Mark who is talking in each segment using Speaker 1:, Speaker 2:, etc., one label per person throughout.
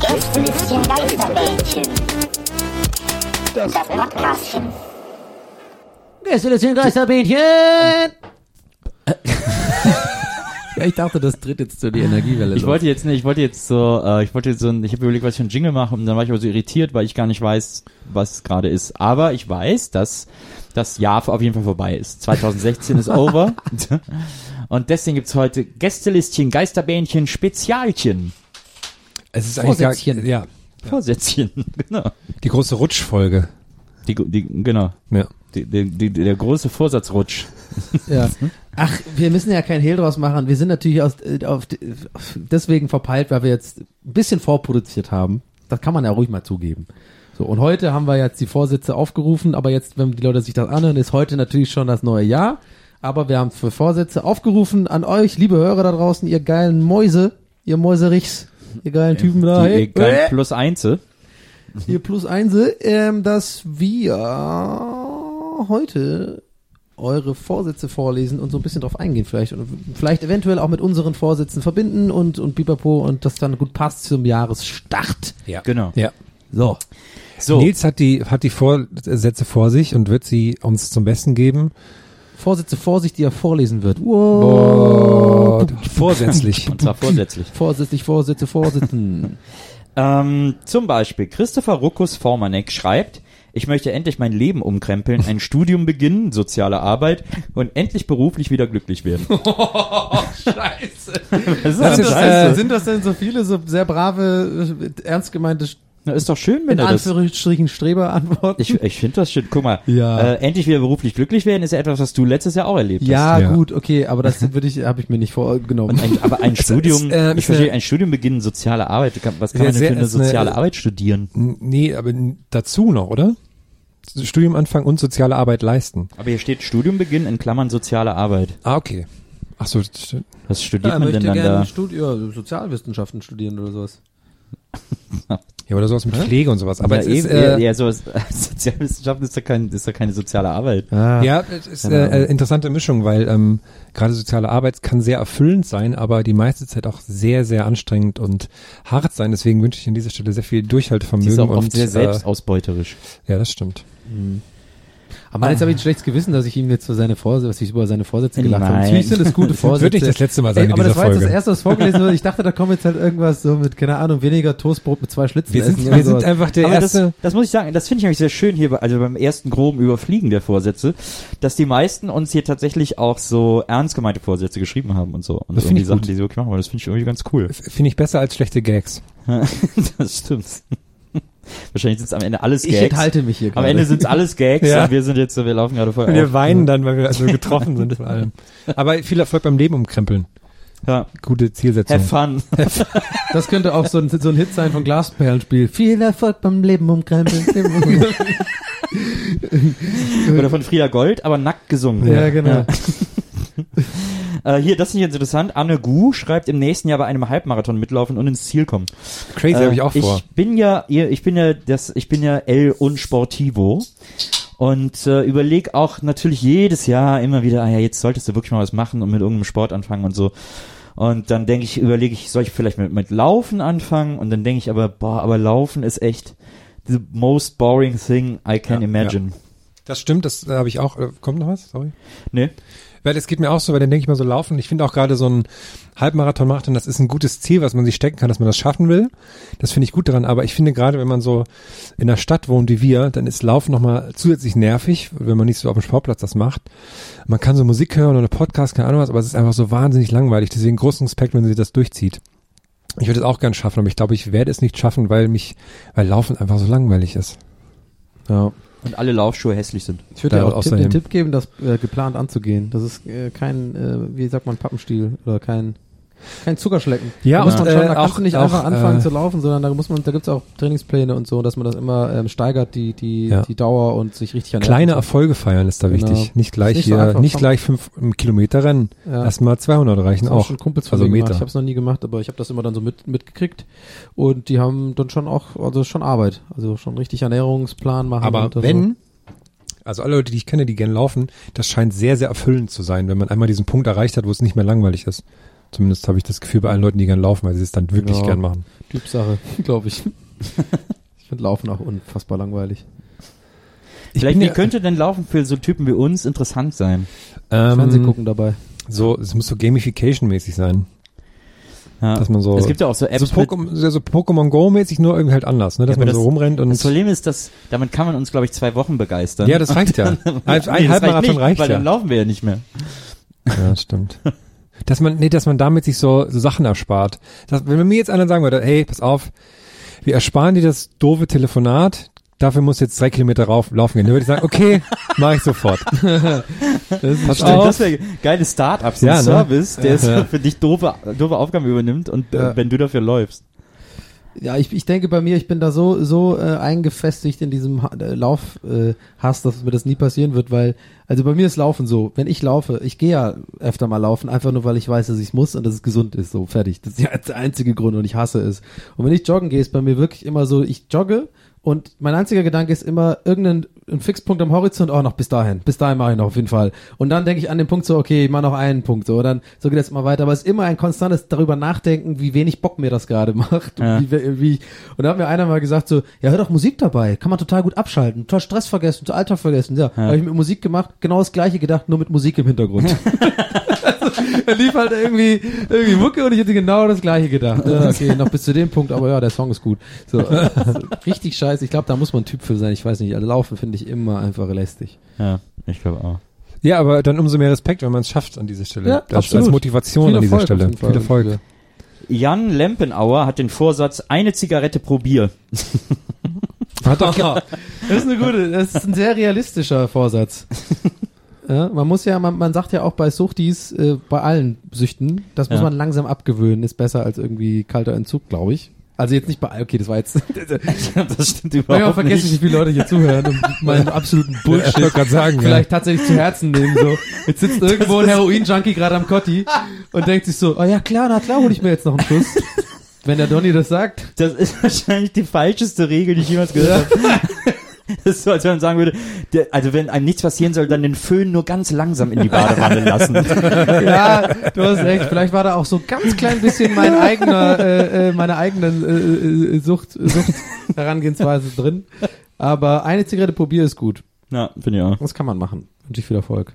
Speaker 1: Gästelistchen Geisterbähnchen. Unser Podcastchen.
Speaker 2: Gästelistchen Geisterbähnchen!
Speaker 3: Ja, ich dachte, das tritt jetzt so die Energiewelle
Speaker 4: Ich wollte jetzt nicht, ich wollte jetzt so, äh, ich wollte jetzt so, ein, ich habe überlegt, was ich für einen Jingle mache und dann war ich aber so irritiert, weil ich gar nicht weiß, was es gerade ist. Aber ich weiß, dass das Jahr auf jeden Fall vorbei ist. 2016 ist over und deswegen gibt's heute Gästelistchen, Geisterbähnchen, Spezialchen,
Speaker 3: Es ist eigentlich
Speaker 2: Vorsätzchen.
Speaker 3: gar, ja,
Speaker 4: Vorsätzchen. Genau,
Speaker 3: die große Rutschfolge.
Speaker 4: die, die, genau,
Speaker 3: Ja.
Speaker 4: die, die, die, der große Vorsatzrutsch.
Speaker 2: Ja.
Speaker 4: Hm?
Speaker 2: Ach, wir müssen ja kein Hehl draus machen. Wir sind natürlich aus, äh, auf, deswegen verpeilt, weil wir jetzt ein bisschen vorproduziert haben. Das kann man ja ruhig mal zugeben. So, und heute haben wir jetzt die Vorsätze aufgerufen, aber jetzt, wenn die Leute sich das anhören, ist heute natürlich schon das neue Jahr. Aber wir haben für Vorsätze aufgerufen an euch, liebe Hörer da draußen, ihr geilen Mäuse, ihr Mäuserichs, ihr geilen Typen da.
Speaker 4: Die
Speaker 2: hey.
Speaker 4: egal plus äh. Einze.
Speaker 2: Hier plus einse, ähm, dass wir heute eure Vorsätze vorlesen und so ein bisschen drauf eingehen vielleicht und vielleicht eventuell auch mit unseren Vorsätzen verbinden und und Bipapo und das dann gut passt zum Jahresstart.
Speaker 3: Ja.
Speaker 4: Genau.
Speaker 3: Ja.
Speaker 2: So,
Speaker 4: So,
Speaker 3: Nils hat die, hat die Vorsätze vor sich und wird sie uns zum Besten geben.
Speaker 2: Vorsätze Vorsicht, die er vorlesen wird. Wow.
Speaker 3: Vorsätzlich.
Speaker 4: und zwar vorsätzlich.
Speaker 2: Vorsätzlich Vorsätze Vorsitzen.
Speaker 4: Ähm, zum Beispiel Christopher Ruckus Formanek schreibt, ich möchte endlich mein Leben umkrempeln, ein Studium beginnen, soziale Arbeit und endlich beruflich wieder glücklich werden.
Speaker 2: Scheiße.
Speaker 4: Das ist,
Speaker 3: Oh, Das
Speaker 4: doch
Speaker 3: ist,
Speaker 4: scheiße.
Speaker 3: äh,
Speaker 2: Sind das denn so viele so sehr brave äh, ernst gemeinte
Speaker 4: Na, ist doch schön, wenn
Speaker 2: in
Speaker 4: er das...
Speaker 2: Anführungsstrichen Streber antworten?
Speaker 3: äh,
Speaker 4: Ich, ich finde das schön. Guck mal,
Speaker 2: Ja.
Speaker 4: äh, endlich wieder beruflich glücklich werden ist ja etwas, was du letztes Jahr auch erlebt
Speaker 2: Ja,
Speaker 4: hast.
Speaker 3: Ja.
Speaker 2: gut, okay, aber das würde ich, habe ich mir nicht vorgenommen.
Speaker 4: Und ein, aber ein Studium,
Speaker 3: ist, äh,
Speaker 4: ich
Speaker 3: ist
Speaker 4: verstehe,
Speaker 3: eine-
Speaker 4: ein Studium beginnen, soziale Arbeit. Kann- Was kann man
Speaker 3: Ja,
Speaker 4: denn
Speaker 3: sehr-
Speaker 4: für eine
Speaker 3: ist eine-
Speaker 4: soziale Arbeit studieren?
Speaker 3: nee, aber dazu noch, oder? Studium anfangen und soziale Arbeit leisten.
Speaker 4: Aber hier steht Studium beginnen in Klammern soziale Arbeit.
Speaker 3: Ah, okay. Ach so, das stimmt.
Speaker 4: Was studiert man denn dann da?
Speaker 2: Studio, Sozialwissenschaften studieren oder sowas.
Speaker 3: ja, oder sowas mit Pflege und sowas. Aber
Speaker 4: ja,
Speaker 3: es
Speaker 4: eben,
Speaker 3: ist, äh,
Speaker 4: ja, ja, sowas, Sozialwissenschaften ist doch, kein, ist doch keine soziale Arbeit.
Speaker 3: Ja, es ist
Speaker 4: Keine
Speaker 3: äh,
Speaker 4: Ahnung.
Speaker 3: äh, interessante Mischung, weil ähm, gerade soziale Arbeit kann sehr erfüllend sein, aber die meiste Zeit auch sehr, sehr anstrengend und hart sein. Deswegen wünsche ich an dieser Stelle sehr viel
Speaker 4: Die
Speaker 3: Durchhaltevermögen.
Speaker 4: ist auch
Speaker 3: und,
Speaker 4: oft sehr
Speaker 3: äh,
Speaker 4: selbstausbeuterisch.
Speaker 3: ja, das stimmt.
Speaker 2: Aber Mann, jetzt habe ich ein schlechtes Gewissen, dass ich ihm jetzt für seine Vorsätze, dass ich über seine Vorsätze gelacht habe.
Speaker 4: Nein.
Speaker 2: Natürlich sind das gute Vorsätze.
Speaker 3: Wird nicht das letzte Mal sein
Speaker 2: Ey,
Speaker 3: in
Speaker 2: aber
Speaker 3: dieser
Speaker 2: das war jetzt das
Speaker 3: Folge.
Speaker 2: erste, was vorgelesen wurde. Ich dachte, da kommt jetzt halt irgendwas so mit, keine Ahnung, weniger Toastbrot mit zwei Schlitzen
Speaker 3: Wir sind,
Speaker 2: essen
Speaker 3: wir sind einfach der
Speaker 4: Aber das,
Speaker 3: erste.
Speaker 4: das muss ich sagen, das finde ich nämlich sehr schön hier, bei- also beim ersten groben Überfliegen der Vorsätze, dass die meisten uns hier tatsächlich auch so ernst gemeinte Vorsätze geschrieben haben und so. Und
Speaker 3: Das
Speaker 4: so
Speaker 3: finde
Speaker 4: die
Speaker 3: ich
Speaker 4: Sachen,
Speaker 3: gut.
Speaker 4: die sie wirklich machen wollen. Das finde ich irgendwie ganz cool.
Speaker 3: Finde ich besser als schlechte Gags.
Speaker 4: das stimmt. Wahrscheinlich sind es am Ende alles
Speaker 2: ich
Speaker 4: Gags.
Speaker 2: enthalte mich hier
Speaker 4: am
Speaker 2: gerade.
Speaker 4: Ende sind es alles Gags
Speaker 3: Ja.
Speaker 4: und wir sind jetzt, so, wir laufen gerade voll auf.
Speaker 3: Wir weinen dann, weil wir
Speaker 4: also
Speaker 3: so getroffen sind von allem. ne? Aber viel Erfolg beim Leben umkrempeln.
Speaker 4: Ja.
Speaker 3: Gute Zielsetzung.
Speaker 4: Have fun.
Speaker 2: Das könnte auch so ein, so ein Hit sein von Glasperlenspiel. Viel Erfolg beim Leben umkrempeln.
Speaker 4: Oder von Frieda Gold, aber nackt gesungen.
Speaker 2: ja, genau.
Speaker 4: Äh, hier, das finde ich jetzt interessant. Anne Gu schreibt im nächsten Jahr bei einem Halbmarathon mitlaufen und ins Ziel kommen.
Speaker 3: Crazy habe ich auch vor.
Speaker 4: Äh, Ich bin ja, ihr- ich bin ja das, ich bin ja El Unsportivo und äh, überleg auch natürlich jedes Jahr immer wieder, ah ja, jetzt solltest du wirklich mal was machen und mit irgendeinem Sport anfangen und so. Und dann denke ich, überlege ich, soll ich vielleicht mit, mit Laufen anfangen? Und dann denke ich aber, boah, aber Laufen ist echt the most boring thing I can
Speaker 3: Ja,
Speaker 4: imagine.
Speaker 3: Das stimmt, das äh, habe ich auch. Äh, kommt noch was? Sorry.
Speaker 4: Ne?
Speaker 3: Weil das geht mir auch so, weil dann denke ich mal so laufen. Ich finde auch gerade so ein Halbmarathon macht, das ist ein gutes Ziel, was man sich stecken kann, dass man das schaffen will. Das finde ich gut daran. Aber ich finde gerade, wenn man so in einer Stadt wohnt wie wir, dann ist Laufen nochmal zusätzlich nervig, wenn man nicht so auf dem Sportplatz das macht. Man kann so Musik hören oder Podcast, keine Ahnung was, aber es ist einfach so wahnsinnig langweilig. Deswegen großen Respekt, wenn sie das durchzieht. Ich würde es auch gern schaffen, aber ich glaube, ich werde es nicht schaffen, weil mich, weil Laufen einfach so langweilig ist. Ja.
Speaker 4: Und alle Laufschuhe hässlich sind.
Speaker 2: Ich würde
Speaker 3: Ja,
Speaker 2: dir auch
Speaker 3: außerdem.
Speaker 2: Tipp, den Tipp geben, das äh, geplant anzugehen. Das ist äh, kein, äh, wie sagt man, Pappenstiel oder kein kein Zuckerschlecken.
Speaker 3: Ja,
Speaker 2: da muss
Speaker 3: und,
Speaker 2: man schon,
Speaker 3: äh,
Speaker 2: da kannst
Speaker 3: auch-
Speaker 2: du nicht
Speaker 3: auch,
Speaker 2: einfach anfangen
Speaker 3: äh,
Speaker 2: zu laufen, sondern da muss man, da gibt's auch Trainingspläne und so, dass man das immer ähm, steigert, die die
Speaker 3: Ja.
Speaker 2: die Dauer und sich richtig an
Speaker 3: Kleine Erfolge feiern ist da
Speaker 2: Genau.
Speaker 3: wichtig. Nicht gleich
Speaker 2: Ist nicht so
Speaker 3: hier,
Speaker 2: einfach.
Speaker 3: nicht gleich fünf Kilometer rennen.
Speaker 2: Ja.
Speaker 3: Erstmal 200 reichen
Speaker 2: Das haben
Speaker 3: auch.
Speaker 2: schon Kumpels von
Speaker 3: also
Speaker 2: mir gemacht.
Speaker 3: Meter.
Speaker 2: Ich habe es noch nie gemacht, aber ich habe das immer dann so mit, mitgekriegt. Und die haben dann schon auch, also schon Arbeit. Also schon richtig Ernährungsplan machen.
Speaker 3: Aber
Speaker 2: und dann
Speaker 3: wenn, also alle Leute, die ich kenne, die gerne laufen, das scheint sehr, sehr erfüllend zu sein, wenn man einmal diesen Punkt erreicht hat, wo es nicht mehr langweilig ist. Zumindest habe ich das Gefühl bei allen Leuten, die gern laufen, weil sie es dann wirklich
Speaker 2: Ja.
Speaker 3: gern machen.
Speaker 2: so Typsache, glaube ich. ich finde Laufen auch unfassbar langweilig.
Speaker 3: Ich
Speaker 4: Vielleicht,
Speaker 3: bin
Speaker 4: wie
Speaker 3: ja-
Speaker 4: könnte denn Laufen für so Typen wie uns interessant sein?
Speaker 2: Fernsehen
Speaker 3: Ähm,
Speaker 2: gucken dabei.
Speaker 3: so, es muss so Gamification-mäßig sein.
Speaker 4: Ja.
Speaker 3: Dass man so-
Speaker 4: es gibt ja auch so Apps
Speaker 3: So,
Speaker 4: mit,
Speaker 3: Pokémon, so Pokémon Go-mäßig, nur irgendwie halt anders, ne? Dass
Speaker 4: Ja, aber
Speaker 3: man
Speaker 4: das-
Speaker 3: so rumrennt und.
Speaker 4: Das Problem ist, dass damit kann man uns, glaube ich, zwei Wochen begeistern.
Speaker 3: ja, das reicht ja. Ein, ein Halbmarathon reicht,
Speaker 4: weil
Speaker 3: ja.
Speaker 4: dann laufen wir ja nicht mehr.
Speaker 3: Ja, das stimmt. Dass man, nee, dass man damit sich so, so Sachen erspart. Dass, wenn mir jetzt einer sagen würde, hey, pass auf, wir ersparen dir das doofe Telefonat, dafür musst du jetzt drei Kilometer rauf, laufen gehen. Dann würde ich sagen, okay, mache ich sofort. pass
Speaker 4: Stimmt, das
Speaker 3: auf.
Speaker 4: wäre geile Start-up, so ein
Speaker 3: Oh. Ja, ne?
Speaker 4: Service, der
Speaker 3: Ja.
Speaker 4: für dich doofe, doofe Aufgaben übernimmt und äh,
Speaker 2: Ja.
Speaker 4: wenn du dafür läufst.
Speaker 2: Ja, ich, ich denke bei mir, ich bin da so, so äh, eingefestigt in diesem ha äh, Laufhass, äh, Hass, dass mir das nie passieren wird, weil, also bei mir ist Laufen so. Wenn ich laufe, ich gehe ja öfter mal laufen, einfach nur weil ich weiß, dass ich muss und dass es gesund ist. So, fertig. Das ist ja der einzige Grund und ich hasse es. Und wenn ich joggen gehe, ist bei mir wirklich immer so, ich jogge und mein einziger Gedanke ist immer irgendein ein Fixpunkt am Horizont, oh, noch bis dahin. Bis dahin mache ich noch auf jeden Fall. Und dann denke ich an den Punkt so, okay, ich mache noch einen Punkt. So, dann so geht das immer weiter. Aber es ist immer ein konstantes darüber nachdenken, wie wenig Bock mir das gerade macht.
Speaker 4: Ja.
Speaker 2: Und, wie, wie, und da hat mir einer mal gesagt so, ja, hör doch Musik dabei. Kann man total gut abschalten. Total Stress vergessen, total Alltag vergessen. Ja, habe ich mit Musik gemacht, genau das gleiche gedacht, nur mit Musik im Hintergrund. Da lief halt irgendwie, irgendwie Mucke und ich hätte genau das gleiche gedacht. Ja, okay, noch bis zu dem Punkt, aber ja, der Song ist gut. So, äh, richtig scheiße. Ich glaube, da muss man Typ für sein. Ich weiß nicht, laufen finde ich immer einfach lästig.
Speaker 4: Ja, ich glaube auch.
Speaker 3: Ja, aber dann umso mehr Respekt, wenn man es schafft an dieser Stelle.
Speaker 2: Ja,
Speaker 3: das
Speaker 2: absolut.
Speaker 3: als Motivation
Speaker 2: Viel
Speaker 3: an dieser
Speaker 2: Erfolg auf
Speaker 3: Stelle.
Speaker 2: jeden Fall.
Speaker 3: Viel Erfolg.
Speaker 4: Jan Lempenauer hat den Vorsatz, eine Zigarette pro Bier.
Speaker 3: Hat doch,
Speaker 2: Das ist eine gute, das ist ein sehr realistischer Vorsatz. Ja, man muss ja, man, man sagt ja auch bei Suchtis, äh, bei allen Süchten, das muss
Speaker 4: Ja.
Speaker 2: man langsam abgewöhnen, ist besser als irgendwie kalter Entzug, glaube ich. Also jetzt nicht bei, all- okay, das war jetzt,
Speaker 4: das stimmt
Speaker 2: ich
Speaker 4: überhaupt
Speaker 2: vergesse
Speaker 4: nicht.
Speaker 2: nicht, wie viele Leute hier zuhören und meinen absoluten Bullshit.
Speaker 3: Ich wollte gerade sagen, ja.
Speaker 2: vielleicht tatsächlich zu Herzen nehmen. So. Jetzt sitzt irgendwo ein Heroin-Junkie gerade am Kotti und denkt sich so, oh ja klar, na klar hole ich mir jetzt noch einen Schuss. Wenn der Donny das sagt.
Speaker 4: Das ist wahrscheinlich die falscheste Regel, die ich jemals gehört habe. Das ist so, als wenn man sagen würde, der, also wenn einem nichts passieren soll, dann den Föhn nur ganz langsam in die Badewanne lassen.
Speaker 2: Ja, du hast recht. Vielleicht war da auch so ganz klein bisschen mein eigener, äh, äh, meine eigenen äh, äh, Sucht, Sucht Herangehensweise drin. Aber eine Zigarette probier ist gut.
Speaker 4: Na, finde ich auch.
Speaker 2: Das kann man machen. Wünsche ich viel Erfolg.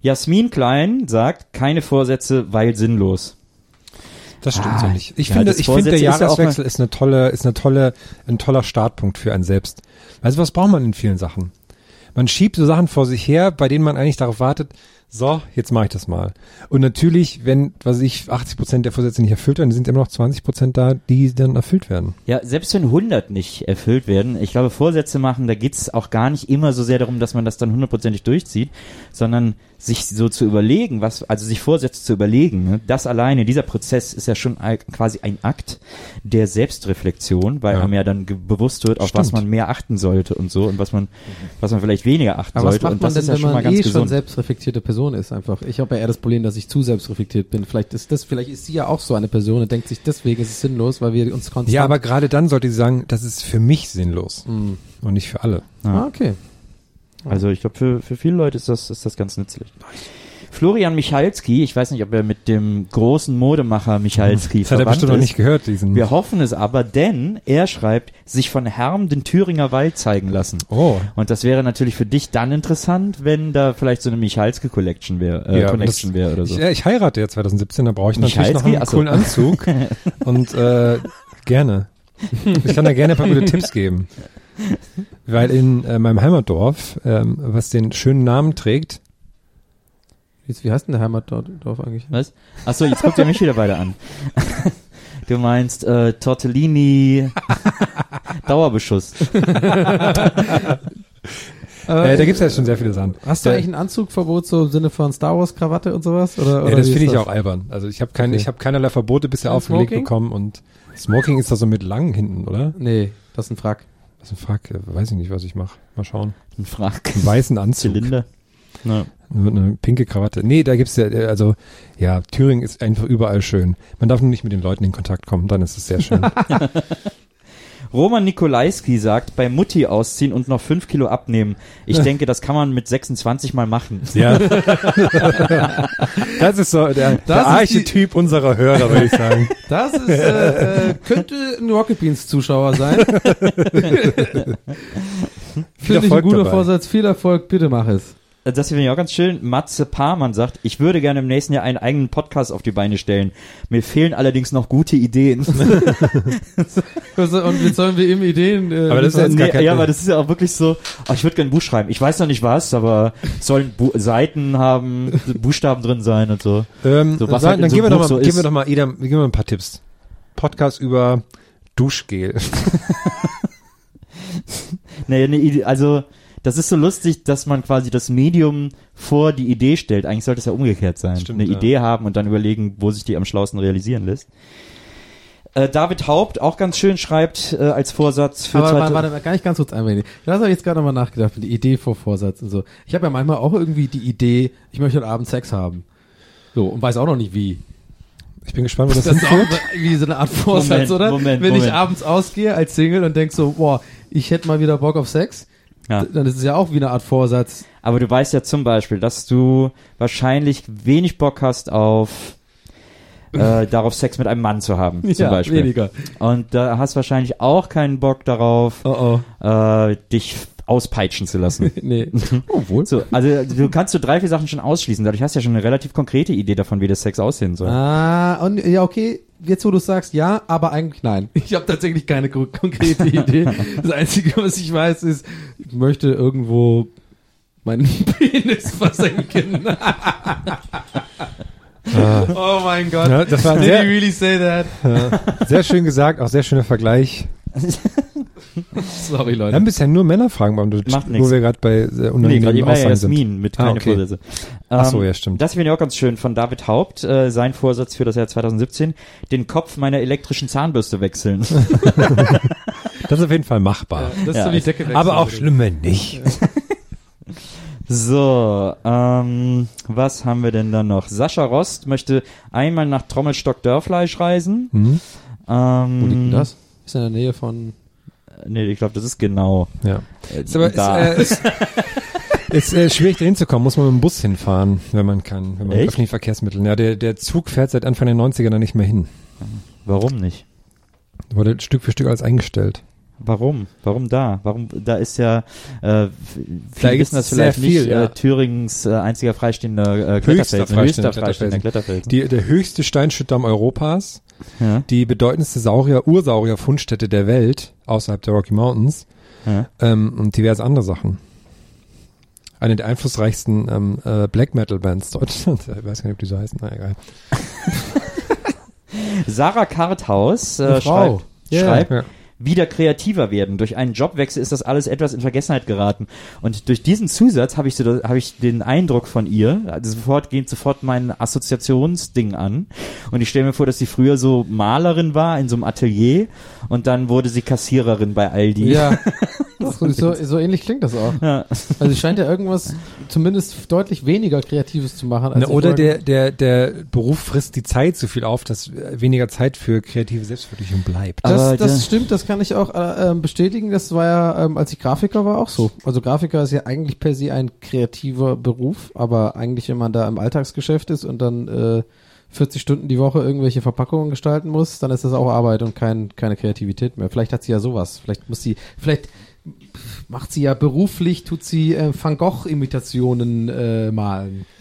Speaker 4: Jasmin Klein sagt, keine Vorsätze, weil sinnlos.
Speaker 3: Das stimmt so nicht. Ich
Speaker 4: Ah, ja,
Speaker 3: finde,
Speaker 4: das
Speaker 3: ich finde, der
Speaker 4: Vorsätze ist ja auch
Speaker 3: Jahreswechsel ist eine tolle, ist eine tolle, ein toller Startpunkt für einen selbst. Also was braucht man in vielen Sachen? Man schiebt so Sachen vor sich her, bei denen man eigentlich darauf wartet, so, jetzt mache ich das mal. Und natürlich, wenn, was weiß ich, 80 Prozent der Vorsätze nicht erfüllt werden, sind immer noch 20 Prozent da, die dann erfüllt werden.
Speaker 4: Ja, selbst wenn 100 nicht erfüllt werden, ich glaube, Vorsätze machen, da geht's auch gar nicht immer so sehr darum, dass man das dann hundertprozentig durchzieht, sondern sich so zu überlegen, was, also sich Vorsätze zu überlegen, ne? das alleine, dieser Prozess ist ja schon ein- quasi ein Akt der Selbstreflexion, weil
Speaker 3: Ja.
Speaker 4: einem ja dann ge- bewusst wird, auf was
Speaker 3: Stimmt.
Speaker 4: man mehr achten sollte und so und was man, was man vielleicht weniger achten
Speaker 2: Aber was
Speaker 4: sollte.
Speaker 2: macht
Speaker 4: und
Speaker 2: man
Speaker 4: das
Speaker 2: denn,
Speaker 4: ist ja
Speaker 2: wenn
Speaker 4: schon mal
Speaker 2: man
Speaker 4: ganz
Speaker 2: eh schon
Speaker 4: gesund.
Speaker 2: selbstreflektierte Person ist einfach? Ich habe ja eher das Problem, dass ich zu selbstreflektiert bin. Vielleicht ist das, vielleicht ist sie ja auch so eine Person und denkt sich, deswegen ist es sinnlos, weil wir uns konstant...
Speaker 3: Ja, aber gerade dann sollte sie sagen, das ist für mich sinnlos
Speaker 4: Mhm.
Speaker 3: und nicht für alle.
Speaker 2: Ah, okay.
Speaker 4: Also ich glaube, für, für viele Leute ist das, ist das ganz nützlich. Florian Michalski, ich weiß nicht, ob er mit dem großen Modemacher Michalski
Speaker 3: Das hat er bestimmt
Speaker 4: ist.
Speaker 3: noch nicht gehört, diesen.
Speaker 4: Wir hoffen es aber, denn er schreibt, sich von Herm den Thüringer Wald zeigen lassen.
Speaker 3: Oh.
Speaker 4: Und das wäre natürlich für dich dann interessant, wenn da vielleicht so eine Michalski Collection wäre, äh, Connection
Speaker 3: das-
Speaker 4: wäre oder so.
Speaker 3: Ich, ja, ich heirate ja 2017, da brauche ich natürlich noch
Speaker 4: Michalski?
Speaker 3: einen
Speaker 4: Achso.
Speaker 3: coolen Anzug. und äh, gerne. Ich kann da gerne ein paar gute Tipps geben. Weil in äh, meinem Heimatdorf, ähm, was den schönen Namen trägt,
Speaker 2: Jetzt, wie heißt denn der Heimatdorf eigentlich?
Speaker 4: Was? Achso, jetzt guckt ihr mich wieder beide an. Du meinst äh, Tortellini Dauerbeschuss.
Speaker 3: äh, da gibt's ja schon sehr viele Sachen.
Speaker 2: Hast du
Speaker 3: Äh,
Speaker 2: eigentlich ein Anzugverbot so im Sinne von Star Wars Krawatte und sowas? Oder,
Speaker 3: Ja,
Speaker 2: oder
Speaker 3: das
Speaker 2: wie ist
Speaker 3: finde ich auch albern. Also ich habe kein,
Speaker 2: Okay.
Speaker 3: ich habe keinerlei Verbote bisher
Speaker 2: Und
Speaker 3: aufgelegt
Speaker 2: Smoking?
Speaker 3: bekommen und Smoking ist da so mit lang hinten, oder?
Speaker 2: Nee, das ist ein Frack.
Speaker 3: Was ein Frack, äh, weiß ich nicht, was ich mache. Mal schauen.
Speaker 4: Ein Frack.
Speaker 3: Einen weißen Anzug,
Speaker 4: Zylinder. Ja.
Speaker 3: nur eine pinke Krawatte. Nee, da gibt's ja äh, also ja, Thüringen ist einfach überall schön. Man darf nur nicht mit den Leuten in Kontakt kommen, dann ist es sehr schön.
Speaker 4: Roman Nikolaiski sagt, bei Mutti ausziehen und noch fünf Kilo abnehmen. Ich denke, das kann man mit 26 mal machen.
Speaker 3: ja. das ist so der, der
Speaker 2: Das ist die-
Speaker 3: Archetyp unserer Hörer, würde ich sagen.
Speaker 2: Das ist, äh, äh, könnte ein Rocket Beans Zuschauer sein.
Speaker 3: Viel
Speaker 2: Finde ich ein
Speaker 3: Erfolg
Speaker 2: guter
Speaker 3: dabei.
Speaker 2: Vorsatz. Viel Erfolg, bitte mach es.
Speaker 4: Das hier finde ich auch ganz schön. Matze Parmann sagt, ich würde gerne im nächsten Jahr einen eigenen Podcast auf die Beine stellen. Mir fehlen allerdings noch gute Ideen.
Speaker 2: Also, Und jetzt sollen wir ihm Ideen. Äh,
Speaker 3: Aber das ist ja jetzt gar
Speaker 4: Nee,
Speaker 3: kein-
Speaker 4: ja, aber das ist ja auch wirklich so, oh, ich würde gerne ein Buch schreiben. Ich weiß noch nicht was, aber es sollen Bu Seiten haben, Buchstaben drin sein und so.
Speaker 3: Ähm,
Speaker 4: So, was halt
Speaker 3: sagen,
Speaker 4: in
Speaker 3: dann
Speaker 4: so
Speaker 3: geben wir
Speaker 4: einem
Speaker 3: doch mal,
Speaker 4: Buch so
Speaker 3: geben
Speaker 4: ist.
Speaker 3: wir doch mal, Ida, geben wir mal ein paar Tipps. Podcast über Duschgel.
Speaker 4: Naja, eine Idee, also das ist so lustig, dass man quasi das Medium vor die Idee stellt. Eigentlich sollte es ja umgekehrt sein.
Speaker 3: Stimmt,
Speaker 4: eine
Speaker 3: ja.
Speaker 4: Idee haben und dann überlegen, wo sich die am schlausten realisieren lässt. Äh, David Haupt, auch ganz schön, schreibt äh, als Vorsatz für
Speaker 2: Aber warte,
Speaker 4: zweite-
Speaker 2: warte, mal, gar nicht ganz kurz einwenden. Das habe ich jetzt gerade nochmal nachgedacht, die Idee vor Vorsatz und so. Ich habe ja manchmal auch irgendwie die Idee, ich möchte heute Abend Sex haben. So, und weiß auch noch nicht wie.
Speaker 3: Ich bin gespannt, wo das,
Speaker 2: Das ist auch
Speaker 3: hinführt.
Speaker 2: irgendwie so eine Art Vorsatz,
Speaker 4: Moment,
Speaker 2: oder?
Speaker 4: Moment,
Speaker 2: Wenn ich
Speaker 4: Moment.
Speaker 2: abends ausgehe als Single und denk so, boah, ich hätte mal wieder Bock auf Sex,
Speaker 4: Ja.
Speaker 2: dann ist es ja auch wie eine Art Vorsatz.
Speaker 4: Aber du weißt ja zum Beispiel, dass du wahrscheinlich wenig Bock hast auf äh, darauf Sex mit einem Mann zu haben, zum
Speaker 2: Ja,
Speaker 4: Beispiel.
Speaker 2: weniger.
Speaker 4: Und da hast wahrscheinlich auch keinen Bock darauf,
Speaker 2: Oh oh.
Speaker 4: äh, dich auspeitschen zu lassen.
Speaker 2: Nee. Obwohl.
Speaker 4: So, also du kannst so drei, vier Sachen schon ausschließen. Dadurch hast du ja schon eine relativ konkrete Idee davon, wie der Sex aussehen soll.
Speaker 2: Ah, und ja, okay, jetzt wo du sagst, ja, aber eigentlich nein. Ich habe tatsächlich keine gro- konkrete Idee. Das Einzige, was ich weiß, ist, ich möchte irgendwo meinen Penis versenken. oh mein Gott.
Speaker 3: Ja, das war ein
Speaker 2: Did
Speaker 3: sehr-
Speaker 2: he really say that?
Speaker 3: Sehr schön gesagt, auch sehr schöner Vergleich.
Speaker 2: Sorry,
Speaker 3: Wir haben
Speaker 2: Leute.
Speaker 3: bisher nur Männerfragen beim
Speaker 4: Macht
Speaker 3: wo
Speaker 4: nix.
Speaker 3: wir gerade bei äh,
Speaker 4: Nee, gerade
Speaker 3: unangenehmen
Speaker 4: eben war ja
Speaker 3: Aussagen sind.
Speaker 4: Jasmin mit
Speaker 3: Ah,
Speaker 4: keine
Speaker 3: okay.
Speaker 4: Vorsätze.
Speaker 3: Ach so,
Speaker 4: Ähm,
Speaker 3: ja, stimmt.
Speaker 4: Das finde ich auch ganz schön von David Haupt, äh, sein Vorsatz für das Jahr 2017, den Kopf meiner elektrischen Zahnbürste wechseln.
Speaker 3: Das ist auf jeden Fall machbar.
Speaker 2: Das
Speaker 4: Ja,
Speaker 2: soll ich Decke
Speaker 3: Aber auch
Speaker 2: wechseln.
Speaker 3: schlimm, wenn nicht.
Speaker 4: So, ähm, was haben wir denn dann noch? Sascha Rost möchte einmal nach Trommelstock Dörfleisch reisen.
Speaker 3: Mhm.
Speaker 4: Ähm,
Speaker 2: Wo liegt denn das? Ist in der Nähe von.
Speaker 4: Nee, ich glaube, das ist genau.
Speaker 3: Ja.
Speaker 4: äh,
Speaker 3: Ist aber ist,
Speaker 4: da.
Speaker 3: äh, ist, ist äh, schwierig da hinzukommen, muss man mit dem Bus hinfahren, wenn man kann, wenn man mit
Speaker 4: Echt?
Speaker 3: öffentlichen Verkehrsmitteln. Ja, der, der Zug fährt seit Anfang der 90er da nicht mehr hin.
Speaker 4: Warum nicht?
Speaker 3: Wurde Stück für Stück alles eingestellt.
Speaker 4: Warum? Warum da? Warum da ist ja äh, viele
Speaker 3: gibt's
Speaker 4: wissen das
Speaker 3: sehr
Speaker 4: vielleicht
Speaker 3: viel,
Speaker 4: nicht
Speaker 3: ja.
Speaker 4: äh, Thüringens äh, einziger freistehender äh, Kletterfelsen,
Speaker 3: freistehender
Speaker 4: höchster freistehender Kletterfelsen.
Speaker 3: Die, der höchste Steinschüttdamm Europas,
Speaker 4: ja.
Speaker 3: die bedeutendste Saurier, Ursaurier-Fundstätte der Welt, außerhalb der Rocky Mountains,
Speaker 4: Ja.
Speaker 3: ähm, und diverse andere Sachen. Eine der einflussreichsten ähm, äh, Black Metal Bands Deutschlands. Ich weiß gar nicht, ob die so heißen. Na egal.
Speaker 4: Sarah Karthaus
Speaker 2: Eine Frau.
Speaker 4: äh, schreibt,
Speaker 2: Ja.
Speaker 4: schreibt
Speaker 3: Ja.
Speaker 4: wieder kreativer werden. Durch einen Jobwechsel ist das alles etwas in Vergessenheit geraten. Und durch diesen Zusatz habe ich, so, habe ich den Eindruck von ihr, also sofort geht sofort mein Assoziationsding an. Und ich stelle mir vor, dass sie früher so Malerin war in so einem Atelier und dann wurde sie Kassiererin bei Aldi.
Speaker 2: Ja. So, so, so ähnlich klingt das auch.
Speaker 4: Ja.
Speaker 2: Also sie scheint ja irgendwas zumindest deutlich weniger Kreatives zu machen.
Speaker 3: Na,
Speaker 2: sie
Speaker 3: oder
Speaker 2: vorher-
Speaker 3: der, der, der Beruf frisst die Zeit so viel auf, dass äh, weniger Zeit für kreative Selbstverwirklichung bleibt.
Speaker 4: Aber
Speaker 2: Das,
Speaker 4: der-
Speaker 2: das stimmt, das kann ich auch äh, ähm, bestätigen. Das war ja, ähm, als ich Grafiker war, auch so. Also Grafiker ist ja eigentlich per se ein kreativer Beruf, aber eigentlich, wenn man da im Alltagsgeschäft ist und dann äh, 40 Stunden die Woche irgendwelche Verpackungen gestalten muss, dann ist das auch Arbeit und kein, keine Kreativität mehr. Vielleicht hat sie ja sowas. Vielleicht muss sie, vielleicht macht sie ja beruflich, tut sie äh, Van Gogh-Imitationen äh, malen.